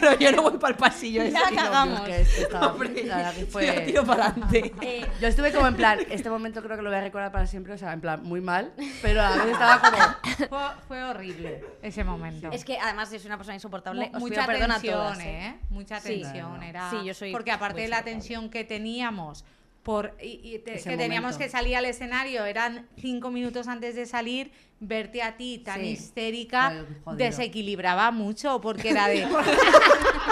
[SPEAKER 6] Pero yo no voy para el pasillo. ese.
[SPEAKER 2] Ya cagamos.
[SPEAKER 5] Dios, que es que estaba-
[SPEAKER 6] Hombre,
[SPEAKER 5] la verdad que fue-
[SPEAKER 6] yo tiro para adelante.
[SPEAKER 2] Eh,
[SPEAKER 5] Yo estuve como en plan, este momento creo que lo voy a recordar para siempre, o sea, en plan, muy mal, pero a la vez estaba como,
[SPEAKER 9] Fue, fue horrible ese momento.
[SPEAKER 2] es que además es una persona insoportable.
[SPEAKER 9] Mu-
[SPEAKER 2] Os
[SPEAKER 9] mucha
[SPEAKER 2] pido perdón a
[SPEAKER 9] tensión,
[SPEAKER 2] todas, eh.
[SPEAKER 9] ¿eh? Mucha
[SPEAKER 2] Sí.
[SPEAKER 9] tensión era.
[SPEAKER 2] Sí, yo soy
[SPEAKER 9] Porque aparte
[SPEAKER 2] muy
[SPEAKER 9] de la
[SPEAKER 2] insoportable.
[SPEAKER 9] tensión que teníamos por y- y te-
[SPEAKER 5] Ese
[SPEAKER 9] que teníamos
[SPEAKER 5] momento.
[SPEAKER 9] que salir al escenario, eran cinco minutos antes de salir, verte a ti tan
[SPEAKER 5] Sí.
[SPEAKER 9] histérica
[SPEAKER 5] Joder, jodido.
[SPEAKER 9] desequilibraba mucho porque era de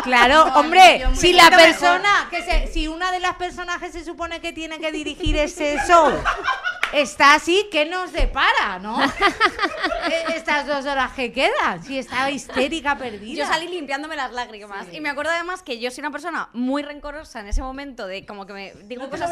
[SPEAKER 9] Claro,
[SPEAKER 5] No,
[SPEAKER 9] hombre,
[SPEAKER 5] yo me
[SPEAKER 9] si la
[SPEAKER 5] siento mejor.
[SPEAKER 9] persona que se- si una de las personajes se supone que tiene que dirigir ese show está así, ¿qué nos depara, no? E- Estas dos horas que quedan, si estaba histérica perdida.
[SPEAKER 2] Yo salí limpiándome las lágrimas. Y me acuerdo además que yo soy una persona muy rencorosa en ese momento de como que me digo cosas.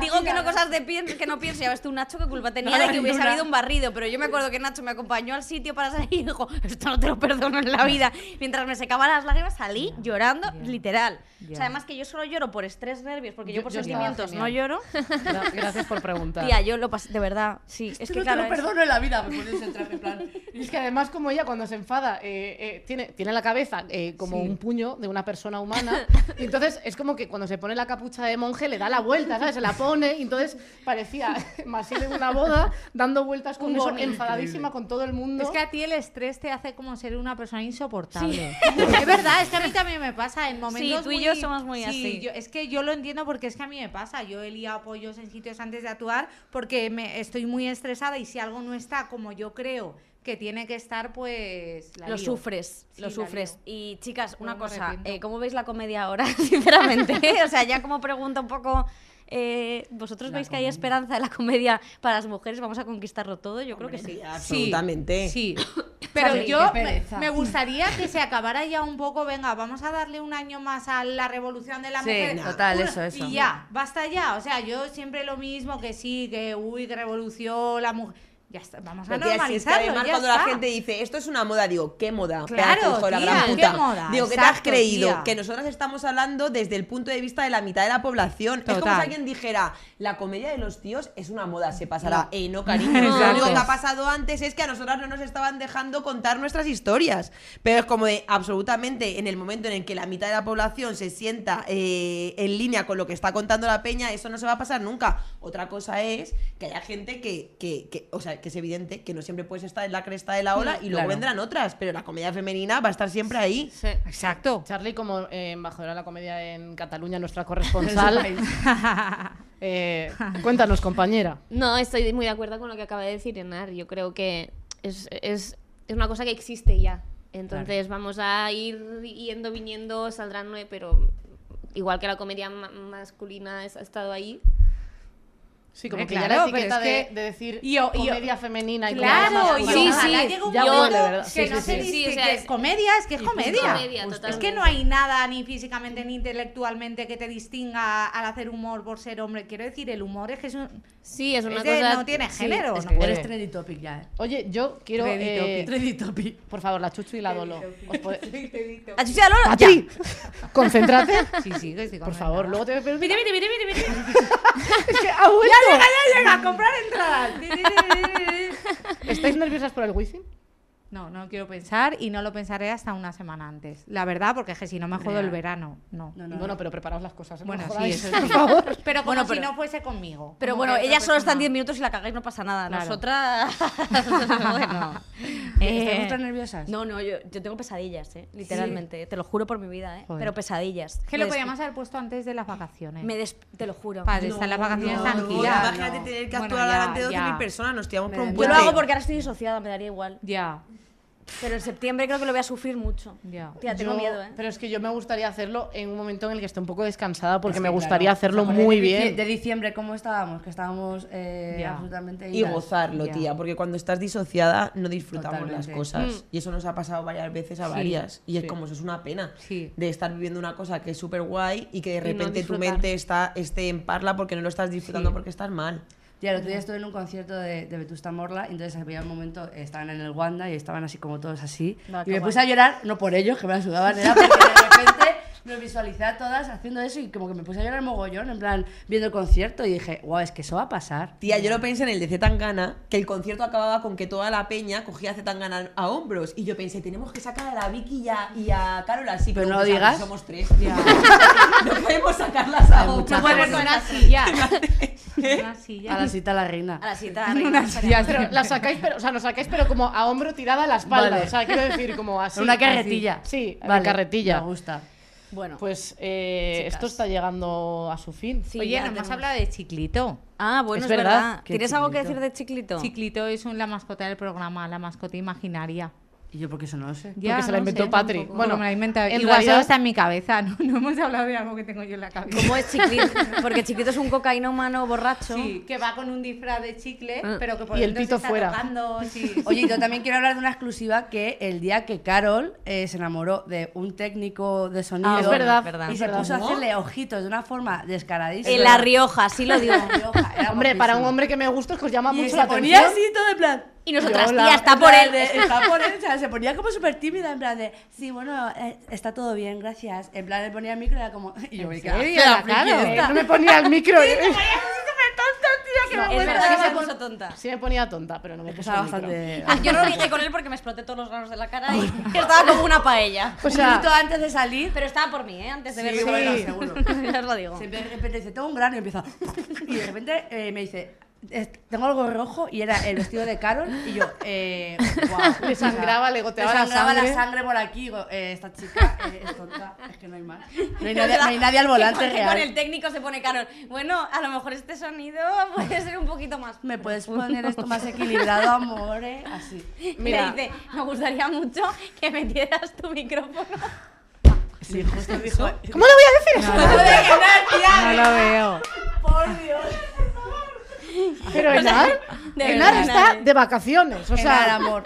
[SPEAKER 2] Digo que no cosas de pien- que no pienso. Ya ves tú, Nacho, qué culpa tenía de que hubiese habido un barrido. Pero yo me acuerdo que Nacho me acompañó al sitio para salir y dijo, esto no te lo perdono en la vida. Mientras me secaba las lágrimas salí llorando, literal. O sea, además que yo solo lloro por estrés, nervios, porque yo,
[SPEAKER 3] Yo-
[SPEAKER 2] por
[SPEAKER 3] yo estaba
[SPEAKER 2] sentimientos no
[SPEAKER 3] genial.
[SPEAKER 2] lloro.
[SPEAKER 3] Gra- Gracias por preguntar.
[SPEAKER 2] Tía, yo lo pasé, de verdad, sí. es que
[SPEAKER 5] no
[SPEAKER 2] claro,
[SPEAKER 5] te
[SPEAKER 2] es-
[SPEAKER 5] lo perdono en la vida, me pones el traje en plan,
[SPEAKER 3] Es que además como ella cuando se enfada eh, eh, tiene, tiene la cabeza eh, como un puño de una persona humana y entonces es como que cuando se pone la capucha de monje le da la vuelta, ¿sabes? Se la pone y entonces parecía más de una boda dando vueltas con eso, enfadadísima con todo el mundo.
[SPEAKER 9] Es que a ti el estrés te hace como ser una persona insoportable. Es verdad, es que a mí también me pasa en momentos.
[SPEAKER 2] tú y
[SPEAKER 9] muy-
[SPEAKER 2] yo somos muy
[SPEAKER 9] Sí,
[SPEAKER 2] así.
[SPEAKER 9] yo- es que yo lo entiendo porque es que a mí me pasa. Yo he liado apoyos en sitios antes de actuar porque me, estoy muy estresada y si algo no está como yo creo que tiene que estar, pues. la
[SPEAKER 2] lo
[SPEAKER 9] lío.
[SPEAKER 2] sufres,
[SPEAKER 9] Sí,
[SPEAKER 2] lo
[SPEAKER 9] la
[SPEAKER 2] sufres.
[SPEAKER 9] lío.
[SPEAKER 2] Y chicas,
[SPEAKER 9] Luego
[SPEAKER 2] una
[SPEAKER 9] me
[SPEAKER 2] cosa,
[SPEAKER 9] arrepiento.
[SPEAKER 2] eh, ¿cómo veis la comedia ahora, sinceramente? o sea, ya como pregunta un poco, eh, ¿vosotros veis que hay esperanza en la comedia para las mujeres? ¿Vamos a conquistarlo todo? Yo creo que sí.
[SPEAKER 6] Absolutamente.
[SPEAKER 9] Sí, pero
[SPEAKER 5] Joder,
[SPEAKER 9] yo
[SPEAKER 5] qué
[SPEAKER 9] me,
[SPEAKER 5] pereza.
[SPEAKER 9] me gustaría que se acabara ya un poco, venga, vamos a darle un año más a la revolución de la
[SPEAKER 5] Sí,
[SPEAKER 9] mujer.
[SPEAKER 5] total,
[SPEAKER 9] Una-
[SPEAKER 5] eso, eso.
[SPEAKER 9] Y ya, basta ya. O sea, yo siempre lo mismo que sí, que uy, que revolución, la mujer. Ya está, vamos a
[SPEAKER 6] Pero, tía, si es que
[SPEAKER 9] normalizarlo.
[SPEAKER 6] además
[SPEAKER 9] ya
[SPEAKER 6] cuando
[SPEAKER 9] está.
[SPEAKER 6] la gente dice esto es una moda, digo, ¿qué moda?
[SPEAKER 9] Claro,
[SPEAKER 6] Pedazo, hijo de la
[SPEAKER 9] tía,
[SPEAKER 6] gran
[SPEAKER 9] ¿qué
[SPEAKER 6] puta.
[SPEAKER 9] moda?
[SPEAKER 6] Digo, ¿qué te has
[SPEAKER 9] Exacto,
[SPEAKER 6] creído?
[SPEAKER 9] tía.
[SPEAKER 6] Que nosotras estamos hablando desde el punto de vista de la mitad de la población. Es como
[SPEAKER 9] Total.
[SPEAKER 6] si alguien dijera, la comedia de los tíos es una moda, se pasará.
[SPEAKER 9] No.
[SPEAKER 6] Eh, no, cariño. Lo
[SPEAKER 9] Exacto.
[SPEAKER 6] único que ha pasado antes es que a nosotras no nos estaban dejando contar nuestras historias. Pero es como de, absolutamente, en el momento en el que la mitad de la población se sienta eh, en línea con lo que está contando la peña, eso no se va a pasar nunca. Otra cosa es que haya gente que, que, que- o sea, que es evidente que no siempre puedes estar en la cresta de la ola y luego
[SPEAKER 5] Claro.
[SPEAKER 6] vendrán otras, pero la comedia femenina va a estar siempre ahí.
[SPEAKER 9] Exacto.
[SPEAKER 10] Charlie, como eh, embajadora de la comedia en Cataluña, nuestra corresponsal. eh, cuéntanos, compañera.
[SPEAKER 7] No, estoy muy de acuerdo con lo que acaba de decir Enar. Yo creo que es, es- es una cosa que existe ya. Entonces vamos a ir yendo, viniendo, saldrán nueve, pero igual que la comedia ma- masculina es- ha estado ahí.
[SPEAKER 10] Sí, como
[SPEAKER 7] Eh,
[SPEAKER 10] que ya
[SPEAKER 7] claro,
[SPEAKER 10] la
[SPEAKER 7] pero
[SPEAKER 10] etiqueta
[SPEAKER 7] es
[SPEAKER 10] de,
[SPEAKER 7] que-
[SPEAKER 10] de decir
[SPEAKER 7] Yo- yo-
[SPEAKER 10] comedia femenina y
[SPEAKER 7] Claro,
[SPEAKER 10] comedia
[SPEAKER 7] yo-
[SPEAKER 10] masculina.
[SPEAKER 7] sí, sí.
[SPEAKER 9] Ojalá llegue un
[SPEAKER 10] Ya
[SPEAKER 9] momento
[SPEAKER 10] veo, de verdad.
[SPEAKER 9] que
[SPEAKER 10] Sí,
[SPEAKER 9] no
[SPEAKER 10] sí,
[SPEAKER 9] se
[SPEAKER 10] sí.
[SPEAKER 9] distingue.
[SPEAKER 7] Sí, o sea,
[SPEAKER 9] que es
[SPEAKER 7] es-
[SPEAKER 9] comedia, es que es
[SPEAKER 7] es
[SPEAKER 9] comedia.
[SPEAKER 7] comedia,
[SPEAKER 9] Justo. es que
[SPEAKER 7] totalmente.
[SPEAKER 9] no hay nada ni físicamente ni intelectualmente que te distinga al hacer humor por ser hombre. Quiero decir, el humor es que es un...
[SPEAKER 7] Sí, es una
[SPEAKER 9] Es de-
[SPEAKER 7] cosa.
[SPEAKER 9] no tiene
[SPEAKER 7] sí.
[SPEAKER 9] género.
[SPEAKER 5] Es
[SPEAKER 9] no
[SPEAKER 5] que
[SPEAKER 9] puede.
[SPEAKER 5] eres trendy topic ya, ¿eh?
[SPEAKER 10] Oye, yo quiero.
[SPEAKER 5] Trendy
[SPEAKER 10] eh,
[SPEAKER 5] topic. Trendy topic.
[SPEAKER 10] por favor, la Chuchu y la Dolo. Os pode-
[SPEAKER 2] ¡A Chuchi de Loro! ¡Ya!
[SPEAKER 10] ¡Patri! Concéntrate.
[SPEAKER 9] Sí, sí, que estoy
[SPEAKER 10] Por favor, luego te voy a
[SPEAKER 2] Mire, mire, mire, mire, mire.
[SPEAKER 10] Es que ha vuelto.
[SPEAKER 9] llega a comprar entradas. Ti, ti, ti, ti, ti.
[SPEAKER 10] ¿Estáis nerviosas por el wifi?
[SPEAKER 9] No, no quiero pensar y no lo pensaré hasta una semana antes. La verdad, porque es que si no me jodo
[SPEAKER 5] Real.
[SPEAKER 9] el verano. No.
[SPEAKER 5] No, no,
[SPEAKER 10] bueno,
[SPEAKER 5] no.
[SPEAKER 10] pero preparaos las cosas. ¿eh?
[SPEAKER 9] Bueno,
[SPEAKER 10] No
[SPEAKER 9] sí,
[SPEAKER 10] jodáis,
[SPEAKER 9] eso
[SPEAKER 10] por
[SPEAKER 9] sí.
[SPEAKER 10] favor.
[SPEAKER 9] Pero como
[SPEAKER 2] Bueno,
[SPEAKER 9] si
[SPEAKER 2] pero-
[SPEAKER 9] no fuese conmigo.
[SPEAKER 2] Pero
[SPEAKER 9] Como
[SPEAKER 2] bueno,
[SPEAKER 9] que otra
[SPEAKER 2] ellas solo están
[SPEAKER 9] persona.
[SPEAKER 2] 10 minutos y la cagáis, no pasa nada.
[SPEAKER 9] Claro.
[SPEAKER 2] Nosotras. bueno.
[SPEAKER 5] ¿Estáis
[SPEAKER 2] Eh,
[SPEAKER 5] vosotras nerviosas?
[SPEAKER 2] No, no, yo, yo tengo pesadillas, ¿eh? literalmente. Te lo juro por mi vida, ¿eh?
[SPEAKER 10] Joder.
[SPEAKER 2] pero pesadillas.
[SPEAKER 9] Que
[SPEAKER 2] Me
[SPEAKER 9] lo
[SPEAKER 2] des-
[SPEAKER 9] podíamos haber puesto antes de las vacaciones.
[SPEAKER 2] me des- Te lo juro.
[SPEAKER 9] Para estar las vacaciones
[SPEAKER 6] No,
[SPEAKER 9] tranquilas.
[SPEAKER 6] imagínate
[SPEAKER 9] no.
[SPEAKER 6] tener que
[SPEAKER 9] Bueno,
[SPEAKER 6] actuar
[SPEAKER 9] ya,
[SPEAKER 6] delante de 12.000
[SPEAKER 9] ya.
[SPEAKER 6] personas, nos tiramos por un
[SPEAKER 2] Yo
[SPEAKER 6] puente.
[SPEAKER 2] lo hago porque ahora estoy disociada, me daría igual.
[SPEAKER 9] Ya,
[SPEAKER 2] Pero en septiembre creo que lo voy a sufrir mucho.
[SPEAKER 9] ya.
[SPEAKER 2] Tía, tengo
[SPEAKER 10] Yo-
[SPEAKER 2] miedo, ¿eh?
[SPEAKER 10] Pero es que yo me gustaría hacerlo en un momento en el que esté un poco descansada porque
[SPEAKER 5] Es
[SPEAKER 10] me
[SPEAKER 5] que,
[SPEAKER 10] gustaría
[SPEAKER 5] claro,
[SPEAKER 10] hacerlo
[SPEAKER 5] ¿os acordáis
[SPEAKER 10] muy
[SPEAKER 5] de dicie-
[SPEAKER 10] bien.
[SPEAKER 5] De diciembre, ¿cómo estábamos? Que estábamos eh,
[SPEAKER 9] Ya.
[SPEAKER 5] absolutamente...
[SPEAKER 6] Y
[SPEAKER 5] idas.
[SPEAKER 6] gozarlo,
[SPEAKER 9] Ya.
[SPEAKER 6] tía, porque cuando estás disociada no disfrutamos
[SPEAKER 5] Totalmente.
[SPEAKER 6] las cosas. Y eso nos ha pasado varias veces a varias. Y es como eso es una pena
[SPEAKER 9] Sí.
[SPEAKER 6] de estar viviendo una cosa que es súper guay y que de
[SPEAKER 7] no
[SPEAKER 6] repente tu
[SPEAKER 7] disfrutar.
[SPEAKER 6] mente está, esté en parla porque no lo estás disfrutando porque estás mal.
[SPEAKER 5] Tía, el otro día estuve en un concierto de, de Vetusta Morla, y entonces había un momento, eh, estaban en el Wanda y estaban así como todos así.
[SPEAKER 10] Ah,
[SPEAKER 5] y
[SPEAKER 10] qué
[SPEAKER 5] me
[SPEAKER 10] guay.
[SPEAKER 5] puse a llorar, no por ellos, que me la sudaban, era porque de repente nos visualicé a todas haciendo eso y como que me puse a llorar mogollón, en plan, viendo el concierto y dije, wow, es que eso va a pasar.
[SPEAKER 6] Tía, yo lo pensé en el de Zetangana, que el concierto acababa con que toda la peña cogía a Zetangana a hombros. Y yo pensé, tenemos que sacar a la Vicky y a, y a Carol así.
[SPEAKER 5] Pero
[SPEAKER 6] como
[SPEAKER 5] no
[SPEAKER 6] que
[SPEAKER 5] digas.
[SPEAKER 6] Somos tres. no podemos sacarlas a
[SPEAKER 9] No
[SPEAKER 6] hombros.
[SPEAKER 9] vuelves con pues una silla. una
[SPEAKER 5] A la
[SPEAKER 9] silla.
[SPEAKER 5] cita la reina.
[SPEAKER 2] A la cita,
[SPEAKER 9] Una silla.
[SPEAKER 10] Pero la sacáis, pero, o sea, nos sacáis, pero como a hombro tirada a la espalda.
[SPEAKER 5] Vale.
[SPEAKER 10] O sea, quiero decir, como así.
[SPEAKER 5] Una carretilla.
[SPEAKER 10] así. Sí, una
[SPEAKER 5] Vale,
[SPEAKER 10] carretilla.
[SPEAKER 5] Me gusta.
[SPEAKER 2] Bueno.
[SPEAKER 10] Pues eh,
[SPEAKER 2] Chicas.
[SPEAKER 10] esto está llegando a su fin.
[SPEAKER 2] Sí,
[SPEAKER 9] Oye,
[SPEAKER 2] ya
[SPEAKER 9] no
[SPEAKER 2] tenemos.
[SPEAKER 9] hemos hablado de Chiclito.
[SPEAKER 2] Ah, bueno,
[SPEAKER 10] Es
[SPEAKER 2] es,
[SPEAKER 10] verdad.
[SPEAKER 2] verdad.
[SPEAKER 5] Qué
[SPEAKER 2] ¿Tienes algo que
[SPEAKER 5] chiquitito.
[SPEAKER 2] decir de Chiclito?
[SPEAKER 9] Chiclito es un- la mascota del programa, la mascota imaginaria.
[SPEAKER 5] Y yo porque eso no lo sé.
[SPEAKER 9] Ya,
[SPEAKER 10] se la inventó Patri. Bueno,
[SPEAKER 9] Bueno, me la he inventado.
[SPEAKER 10] en
[SPEAKER 9] Igual
[SPEAKER 10] realidad-
[SPEAKER 9] solo está en mi cabeza, ¿no? No hemos hablado de algo que tengo yo en la cabeza.
[SPEAKER 2] ¿Cómo es Chiclito? Porque Chiquito es un cocainómano borracho.
[SPEAKER 9] Sí, que va con un disfraz de chicle,
[SPEAKER 2] Ah.
[SPEAKER 9] pero que por
[SPEAKER 10] Y el pito
[SPEAKER 9] dentro se está
[SPEAKER 10] fuera.
[SPEAKER 9] tocando, sí.
[SPEAKER 5] Oye, yo también quiero hablar de una exclusiva que el día que Carol eh, se enamoró de un técnico de sonido
[SPEAKER 2] Ah,
[SPEAKER 10] es verdad,
[SPEAKER 2] es verdad.
[SPEAKER 5] y se
[SPEAKER 10] ¿verdad?
[SPEAKER 5] puso a hacerle ojitos de una forma descaradísima.
[SPEAKER 2] En La Rioja, sí lo digo.
[SPEAKER 5] La Rioja, era
[SPEAKER 10] hombre, para un
[SPEAKER 5] guapísimo.
[SPEAKER 10] hombre que me gusta es que os llama
[SPEAKER 5] Y
[SPEAKER 10] mucho
[SPEAKER 5] se
[SPEAKER 10] la
[SPEAKER 5] ponía
[SPEAKER 10] atención.
[SPEAKER 5] así todo en plan.
[SPEAKER 2] Y nosotras,
[SPEAKER 10] Viola.
[SPEAKER 2] tía, está por
[SPEAKER 5] en
[SPEAKER 2] él.
[SPEAKER 5] plan de, está por él, o sea, se ponía como súper tímida, en plan de, sí, bueno, eh, está todo bien, gracias. En plan, le ponía el micro y era como, y yo me quedaba,
[SPEAKER 9] serio?
[SPEAKER 5] "Espera,
[SPEAKER 9] La
[SPEAKER 5] friki
[SPEAKER 9] Caro".
[SPEAKER 10] Eh,
[SPEAKER 5] esta".
[SPEAKER 10] no me ponía el micro. eh.
[SPEAKER 2] No, es
[SPEAKER 9] vuelve
[SPEAKER 2] verdad
[SPEAKER 9] la
[SPEAKER 2] que se
[SPEAKER 9] mano.
[SPEAKER 2] puso tonta.
[SPEAKER 10] Sí me ponía tonta, pero no me puso
[SPEAKER 5] Estaba
[SPEAKER 10] el micro.
[SPEAKER 5] bastante.
[SPEAKER 2] Ah, Yo no ligué con él porque me exploté todos los granos de la cara y estaba como una paella.
[SPEAKER 10] O sea,
[SPEAKER 5] un minuto antes de salir,
[SPEAKER 2] Pero estaba por mí, ¿eh? Antes de
[SPEAKER 5] sí,
[SPEAKER 2] verlo.
[SPEAKER 5] bueno, seguro.
[SPEAKER 2] Ya os lo digo.
[SPEAKER 5] Se empieza- de repente dice, tengo un grano y empieza. Y de repente eh, me dice, "Es- tengo algo rojo y era el vestido de Carol y yo, eh, wow.
[SPEAKER 10] Le sangraba, le goteaba la
[SPEAKER 5] sangraba
[SPEAKER 10] sangre.
[SPEAKER 5] la sangre por aquí. digo, eh, esta chica eh, es tonta, es que no hay más. No hay nadie, no hay nadie al volante
[SPEAKER 2] Porque Con el
[SPEAKER 5] real.
[SPEAKER 2] técnico se pone Carol. Bueno, a lo mejor este sonido puede ser un poquito más.
[SPEAKER 5] ¿Me puedes poner esto más equilibrado, amore? Así.
[SPEAKER 10] Mira.
[SPEAKER 2] Le dice, me gustaría mucho que metieras tu micrófono.
[SPEAKER 5] Sí, justo dijo.
[SPEAKER 10] ¿Cómo le voy a decir eso?
[SPEAKER 9] No lo veo.
[SPEAKER 10] Pero
[SPEAKER 2] O sea,
[SPEAKER 10] Enar,
[SPEAKER 2] de
[SPEAKER 10] Enar
[SPEAKER 2] verdad,
[SPEAKER 10] está
[SPEAKER 2] Enar.
[SPEAKER 10] de vacaciones. O
[SPEAKER 5] O sea,
[SPEAKER 10] sea,
[SPEAKER 5] eh. amor.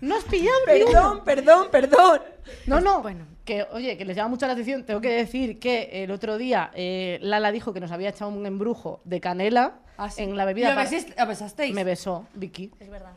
[SPEAKER 10] no has pillado ni uno.
[SPEAKER 6] Perdón, perdón, perdón.
[SPEAKER 10] No, no.
[SPEAKER 3] que, oye, que les llama mucho la atención. Tengo que decir que el otro día eh, Lala dijo que nos había echado un embrujo de canela
[SPEAKER 5] Ah, sí.
[SPEAKER 3] en la bebida.
[SPEAKER 5] ¿Lo
[SPEAKER 3] para-
[SPEAKER 5] besist- lo besasteis?
[SPEAKER 3] Me besó, Vicky.
[SPEAKER 2] Es verdad.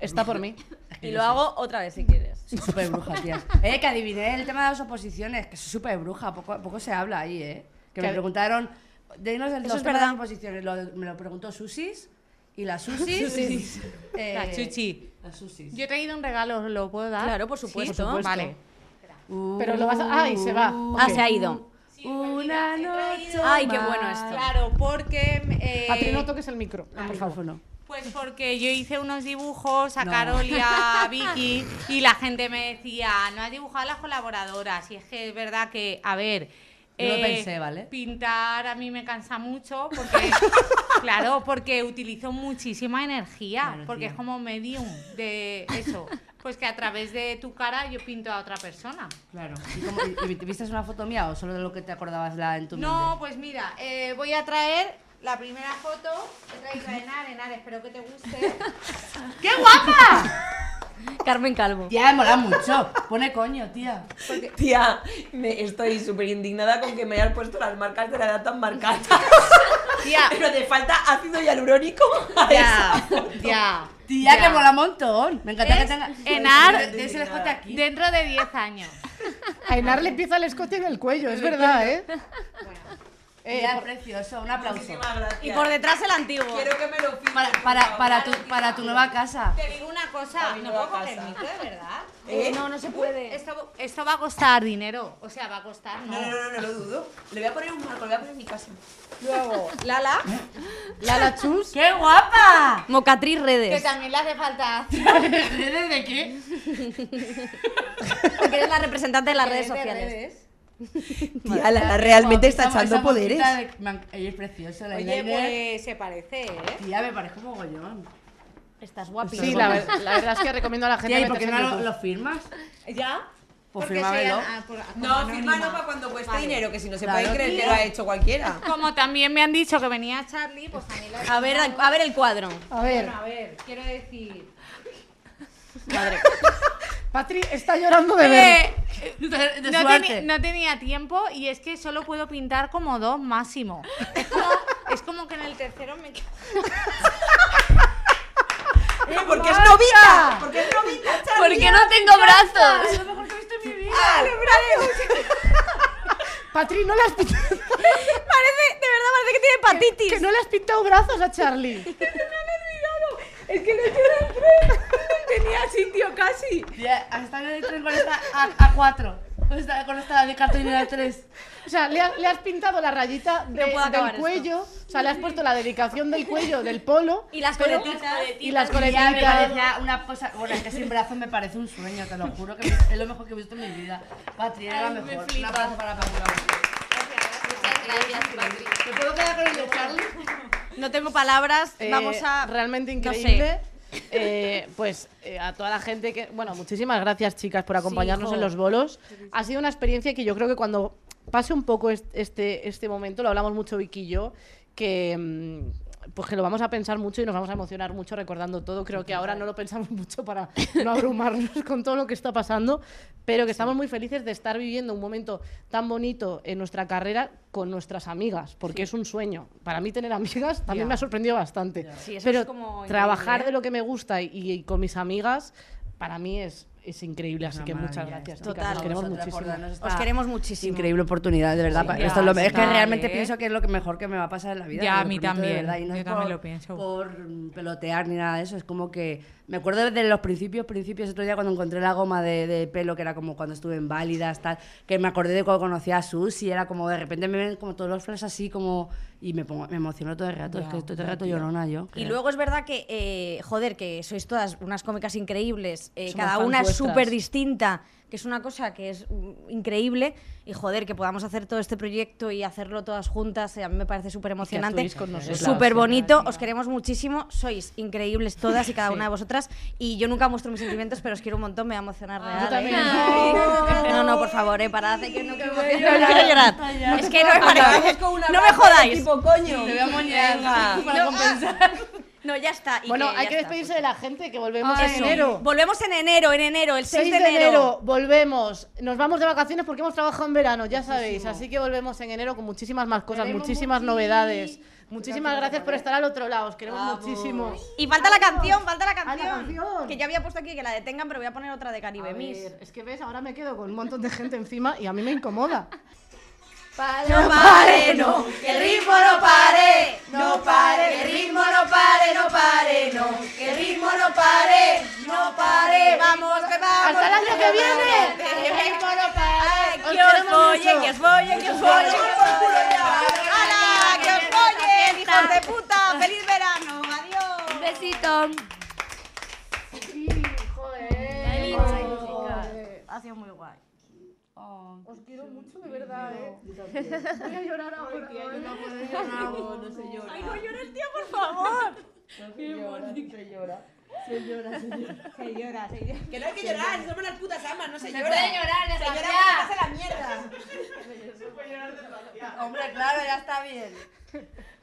[SPEAKER 3] Está por mí.
[SPEAKER 2] Y lo hago otra vez si quieres.
[SPEAKER 5] Soy súper bruja, tías. Eh, que adiviné el tema de las oposiciones, que soy súper bruja, poco, poco se habla ahí, ¿eh? Que me
[SPEAKER 3] Que-
[SPEAKER 5] preguntaron, dinos el
[SPEAKER 2] Eso
[SPEAKER 5] los
[SPEAKER 2] es
[SPEAKER 5] temas de
[SPEAKER 2] verdad.
[SPEAKER 5] las oposiciones, lo- me lo preguntó Susis, y las Susis...
[SPEAKER 9] Susis.
[SPEAKER 5] eh,
[SPEAKER 9] La Chuchi.
[SPEAKER 5] Las Susis.
[SPEAKER 9] Yo he traído un regalo, ¿os ¿lo puedo dar?
[SPEAKER 2] Claro, por supuesto.
[SPEAKER 9] Vale.
[SPEAKER 3] Pero lo vas a. ¡Ay, se va!
[SPEAKER 2] Ah,
[SPEAKER 3] Ok.
[SPEAKER 2] se ha ido.
[SPEAKER 5] Una noche
[SPEAKER 2] Ay, qué
[SPEAKER 5] más.
[SPEAKER 2] bueno esto.
[SPEAKER 9] Claro, porque... eh,
[SPEAKER 3] Patri, Ah, no toques Ah, el micro, por favor.
[SPEAKER 5] Micrófono.
[SPEAKER 9] Pues porque yo hice unos dibujos a Carol y a Vicky y la gente me decía, Ah, no has dibujado a las colaboradoras. Y es que es verdad que, a ver. eh,
[SPEAKER 5] Yo lo pensé, ¿vale?
[SPEAKER 9] Pintar a mí me cansa mucho porque, claro, porque utilizo muchísima energía,
[SPEAKER 5] Claro,
[SPEAKER 9] porque
[SPEAKER 5] tía.
[SPEAKER 9] es como medium de eso. Pues que a través de tu cara yo pinto a otra persona.
[SPEAKER 5] Claro. ¿Y, cómo- y- y te viste una foto mía o solo de lo que te acordabas la, en tu
[SPEAKER 9] No,
[SPEAKER 5] mente?
[SPEAKER 9] pues mira, eh, voy a traer la primera foto. He traído a Enar, Enar, espero que te guste.
[SPEAKER 5] ¡Qué guapa!
[SPEAKER 2] Carmen Calvo.
[SPEAKER 5] Tía, me mola mucho. Pone coño, tía.
[SPEAKER 6] Tía, me estoy súper indignada con que me hayas puesto las marcas de la edad tan marcadas.
[SPEAKER 9] Tía.
[SPEAKER 6] Pero te falta ácido hialurónico. a
[SPEAKER 9] Ya,
[SPEAKER 6] esa.
[SPEAKER 9] ya.
[SPEAKER 5] Tía,
[SPEAKER 9] ya.
[SPEAKER 5] que mola un montón. Me encanta que
[SPEAKER 9] Es
[SPEAKER 5] tenga...
[SPEAKER 9] Enar-
[SPEAKER 5] Tienes el escote aquí.
[SPEAKER 9] Dentro de 10 años.
[SPEAKER 3] A Enar le empieza el escote en el cuello, es verdad, ¿eh? Eh,
[SPEAKER 5] Tía,
[SPEAKER 3] por-
[SPEAKER 5] precioso. Un aplauso.
[SPEAKER 6] Muchísimas gracias.
[SPEAKER 2] Y por detrás el antiguo.
[SPEAKER 6] Quiero que me lo firmes,
[SPEAKER 5] Para,
[SPEAKER 6] por
[SPEAKER 5] para,
[SPEAKER 6] favor.
[SPEAKER 5] para, tu, para tu nueva casa.
[SPEAKER 9] Te digo una cosa,
[SPEAKER 6] Ay,
[SPEAKER 9] no
[SPEAKER 6] no
[SPEAKER 9] puedo
[SPEAKER 6] va a
[SPEAKER 9] coger
[SPEAKER 6] pasar.
[SPEAKER 9] micro, de verdad.
[SPEAKER 6] ¿Eh?
[SPEAKER 2] No, no se puede.
[SPEAKER 9] Esto, esto va a costar dinero. O sea, va a costar, ¿no?
[SPEAKER 6] No, no, no, no lo dudo. Le voy a poner un marco, le voy a poner en mi casa.
[SPEAKER 3] Luego,
[SPEAKER 2] Lala.
[SPEAKER 3] Lala Chus.
[SPEAKER 5] ¡Qué guapa!
[SPEAKER 2] Mocatriz
[SPEAKER 9] Que
[SPEAKER 2] Redes.
[SPEAKER 9] también le hace falta.
[SPEAKER 5] ¿Redes de qué?
[SPEAKER 2] Porque eres la representante de las redes
[SPEAKER 5] de
[SPEAKER 2] sociales.
[SPEAKER 6] Tía, la, realmente está
[SPEAKER 5] Guapísima,
[SPEAKER 6] echando
[SPEAKER 5] esa
[SPEAKER 6] poderes.
[SPEAKER 5] boquita de- me han- Ella es preciosa, la
[SPEAKER 9] Oye,
[SPEAKER 5] eyeliner.
[SPEAKER 9] pues se parece, ¿eh?
[SPEAKER 5] Tía, me parece como gollón.
[SPEAKER 2] Estás guapísima.
[SPEAKER 3] Sí, la, ver- la verdad es que recomiendo a la gente.
[SPEAKER 5] Tía, ¿y por qué
[SPEAKER 3] meterse
[SPEAKER 5] no
[SPEAKER 3] en
[SPEAKER 5] lo,
[SPEAKER 3] YouTube.
[SPEAKER 5] lo firmas?
[SPEAKER 9] ¿Ya?
[SPEAKER 5] Pues
[SPEAKER 9] Porque
[SPEAKER 5] fírmamelo.
[SPEAKER 9] sean- ah, por- como
[SPEAKER 6] No,
[SPEAKER 9] anónima.
[SPEAKER 6] firma no para cuando cueste
[SPEAKER 9] Vale.
[SPEAKER 6] dinero, que si no se
[SPEAKER 5] Claro,
[SPEAKER 6] puede creer
[SPEAKER 5] tía.
[SPEAKER 6] que lo ha hecho cualquiera.
[SPEAKER 9] Como también me han dicho que venía Charlie, pues también lo he
[SPEAKER 2] A ver, a ver el cuadro.
[SPEAKER 3] A ver,
[SPEAKER 9] Bueno, a ver, quiero decir.
[SPEAKER 3] Patri está llorando de ver.
[SPEAKER 5] De, de
[SPEAKER 9] Eh, no,
[SPEAKER 5] su
[SPEAKER 9] teni-
[SPEAKER 5] arte.
[SPEAKER 9] no tenía tiempo y es que solo puedo pintar como dos máximo. Es como, es como que en el tercero me quedo.
[SPEAKER 6] Eh, porque es novita. Porque es novita, Charlie.
[SPEAKER 13] Porque no tengo brazos.
[SPEAKER 6] Ah, lo bravo.
[SPEAKER 3] Patri, no le has pintado,
[SPEAKER 2] Parece, de verdad, parece que tiene hepatitis.
[SPEAKER 3] que no le has pintado brazos a Charlie.
[SPEAKER 6] Es que lo he hecho en el tren. Tenía sitio casi.
[SPEAKER 5] Tía, has estado en el tren con esta A- A4. Con esta, con esta de cartulina 3.
[SPEAKER 3] O sea, le, ha- le has pintado la rayita de-
[SPEAKER 2] puedo acabar
[SPEAKER 3] del
[SPEAKER 2] esto.
[SPEAKER 3] cuello, o sea, le has puesto la dedicación del cuello del polo
[SPEAKER 2] Y las
[SPEAKER 3] pero-
[SPEAKER 2] coletitas.
[SPEAKER 3] y las
[SPEAKER 5] Tía, me
[SPEAKER 3] coletitas.
[SPEAKER 5] parecía una cosa... Bueno, es que sin brazos me parece un sueño, te lo juro. que Es lo mejor que he visto en mi vida. Patri, era la mejor. Un abrazo para Patri. ¿Me puedo quedar con el de Charlie?
[SPEAKER 2] No tengo palabras.
[SPEAKER 3] Eh,
[SPEAKER 2] Vamos a.
[SPEAKER 3] Realmente
[SPEAKER 2] no sé.
[SPEAKER 3] increíble. Eh, pues eh, a toda la gente que. Bueno, muchísimas gracias, chicas, por acompañarnos
[SPEAKER 2] hijo.
[SPEAKER 3] en los bolos. Ha sido una experiencia que yo creo que cuando pase un poco est- este, este momento, lo hablamos mucho Vicky y yo, que. mm, Pues que lo vamos a pensar mucho y nos vamos a emocionar mucho recordando todo. Creo que ahora no lo pensamos mucho para no abrumarnos con todo lo que está pasando, pero que estamos muy felices de estar viviendo un momento tan bonito en nuestra carrera con nuestras amigas, porque es un sueño. Para mí tener amigas también
[SPEAKER 5] Ya.
[SPEAKER 3] me ha sorprendido bastante.
[SPEAKER 2] Sí, eso
[SPEAKER 3] Pero
[SPEAKER 2] es como
[SPEAKER 3] trabajar
[SPEAKER 2] increíble, ¿eh?
[SPEAKER 3] de lo que me gusta y, y con mis amigas, para mí es, es increíble. Así
[SPEAKER 5] Una
[SPEAKER 3] que muchas
[SPEAKER 5] maravilla
[SPEAKER 3] gracias,
[SPEAKER 5] esto.
[SPEAKER 3] chicas. Os
[SPEAKER 5] Total.
[SPEAKER 3] queremos
[SPEAKER 5] Vosotras por
[SPEAKER 3] muchísimo.
[SPEAKER 5] darnos esta
[SPEAKER 2] Os queremos muchísimo.
[SPEAKER 5] Increíble oportunidad, de verdad. pa-
[SPEAKER 9] ya,
[SPEAKER 5] esto es lo,
[SPEAKER 9] sí,
[SPEAKER 5] es que
[SPEAKER 9] vale.
[SPEAKER 5] realmente pienso que es lo que mejor que me va a pasar en la vida.
[SPEAKER 9] ¿eh? Ya,
[SPEAKER 5] te lo
[SPEAKER 9] a mí
[SPEAKER 5] prometo, de
[SPEAKER 9] también,
[SPEAKER 5] verdad, y no
[SPEAKER 9] yo
[SPEAKER 5] es
[SPEAKER 9] también
[SPEAKER 5] por-
[SPEAKER 9] lo pienso.
[SPEAKER 5] Por mm, pelotear ni nada de eso. Es como que. Me acuerdo desde los principios, principios, otro día cuando encontré la goma de, de pelo, que era como cuando estuve en Válidas, tal. Que me acordé de cuando conocí a Susi, era como de repente me ven como todos los flashes así, como. Y me, pongo, me emociono todo el rato. es que estoy todo el rato llorona yo.
[SPEAKER 2] Y
[SPEAKER 5] creo.
[SPEAKER 2] luego es verdad que, eh, joder, que sois todas unas cómicas increíbles, eh,
[SPEAKER 3] Somos
[SPEAKER 2] cada
[SPEAKER 3] fans
[SPEAKER 2] una
[SPEAKER 3] vuestras.
[SPEAKER 2] súper distinta, que es una cosa que es mm, increíble, y joder, que podamos hacer todo este proyecto y hacerlo todas juntas, eh, a mí me parece súper emocionante,
[SPEAKER 3] actuéis con nosotras.
[SPEAKER 2] súper bonito, os queremos muchísimo, sois increíbles todas y cada una de vosotras, y yo nunca muestro mis sentimientos, pero os quiero un montón, me voy a emocionar real. ¿eh?
[SPEAKER 3] también.
[SPEAKER 2] Ay. No, no, por favor, eh, parad, eh, que no quiero emocionar, no quiero llorar. Es que no me parece-
[SPEAKER 6] Acabamos con un
[SPEAKER 2] no me
[SPEAKER 6] abrazo de
[SPEAKER 2] jodáis.
[SPEAKER 6] Tipo, coño.
[SPEAKER 5] Te voy a moñar
[SPEAKER 6] Venga.
[SPEAKER 5] para compensar.
[SPEAKER 2] ah. No, ya está. y
[SPEAKER 3] Bueno,
[SPEAKER 2] que
[SPEAKER 3] hay
[SPEAKER 2] ya
[SPEAKER 3] que
[SPEAKER 2] está,
[SPEAKER 3] despedirse
[SPEAKER 2] pues.
[SPEAKER 3] de la gente, que volvemos en
[SPEAKER 2] Eso.
[SPEAKER 3] enero.
[SPEAKER 2] Volvemos en enero, en enero, el 6,
[SPEAKER 3] 6 de enero. volvemos. Nos vamos de vacaciones porque hemos trabajado en verano, ya sabéis. Así que volvemos en enero con muchísimas más cosas,
[SPEAKER 5] Queremos
[SPEAKER 3] muchísimas
[SPEAKER 5] muchi-
[SPEAKER 3] novedades. Muchísimas gracias por estar al otro lado. Os queremos muchísimo.
[SPEAKER 2] Y falta la canción, falta la
[SPEAKER 3] Ah, la
[SPEAKER 2] canción.
[SPEAKER 3] canción.
[SPEAKER 2] Que ya había puesto aquí que la detengan, pero voy a poner otra de Caribe Miss.
[SPEAKER 3] Es que ves, ahora me quedo con un montón de gente encima y a mí me incomoda.
[SPEAKER 6] No pare, no, que el ritmo no pare, no pare, que el ritmo no pare, no pare, no, que el ritmo no pare, no pare, vamos, que vamos.
[SPEAKER 3] ¡Hasta el año que viene!
[SPEAKER 6] Que el ritmo no pare,
[SPEAKER 2] Que os follen, que os follen, que os follen. que os follen. ¡Hala! ¡Que os follen, hijos de puta! ¡Feliz verano! ¡Adiós!
[SPEAKER 7] Un besito.
[SPEAKER 9] Ha sido muy guay.
[SPEAKER 3] Os quiero mucho, de verdad, ¿eh? Voy a llorar ahora.
[SPEAKER 5] no se llora.
[SPEAKER 6] Que no hay que llorar, somos las putas amas, no se, llora. Se puede llorar, se llora cuando pasa la mierda.
[SPEAKER 5] Hombre, claro, ya está bien.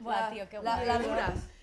[SPEAKER 2] Buah, tío, qué
[SPEAKER 5] La-
[SPEAKER 2] guay.
[SPEAKER 5] Las duras.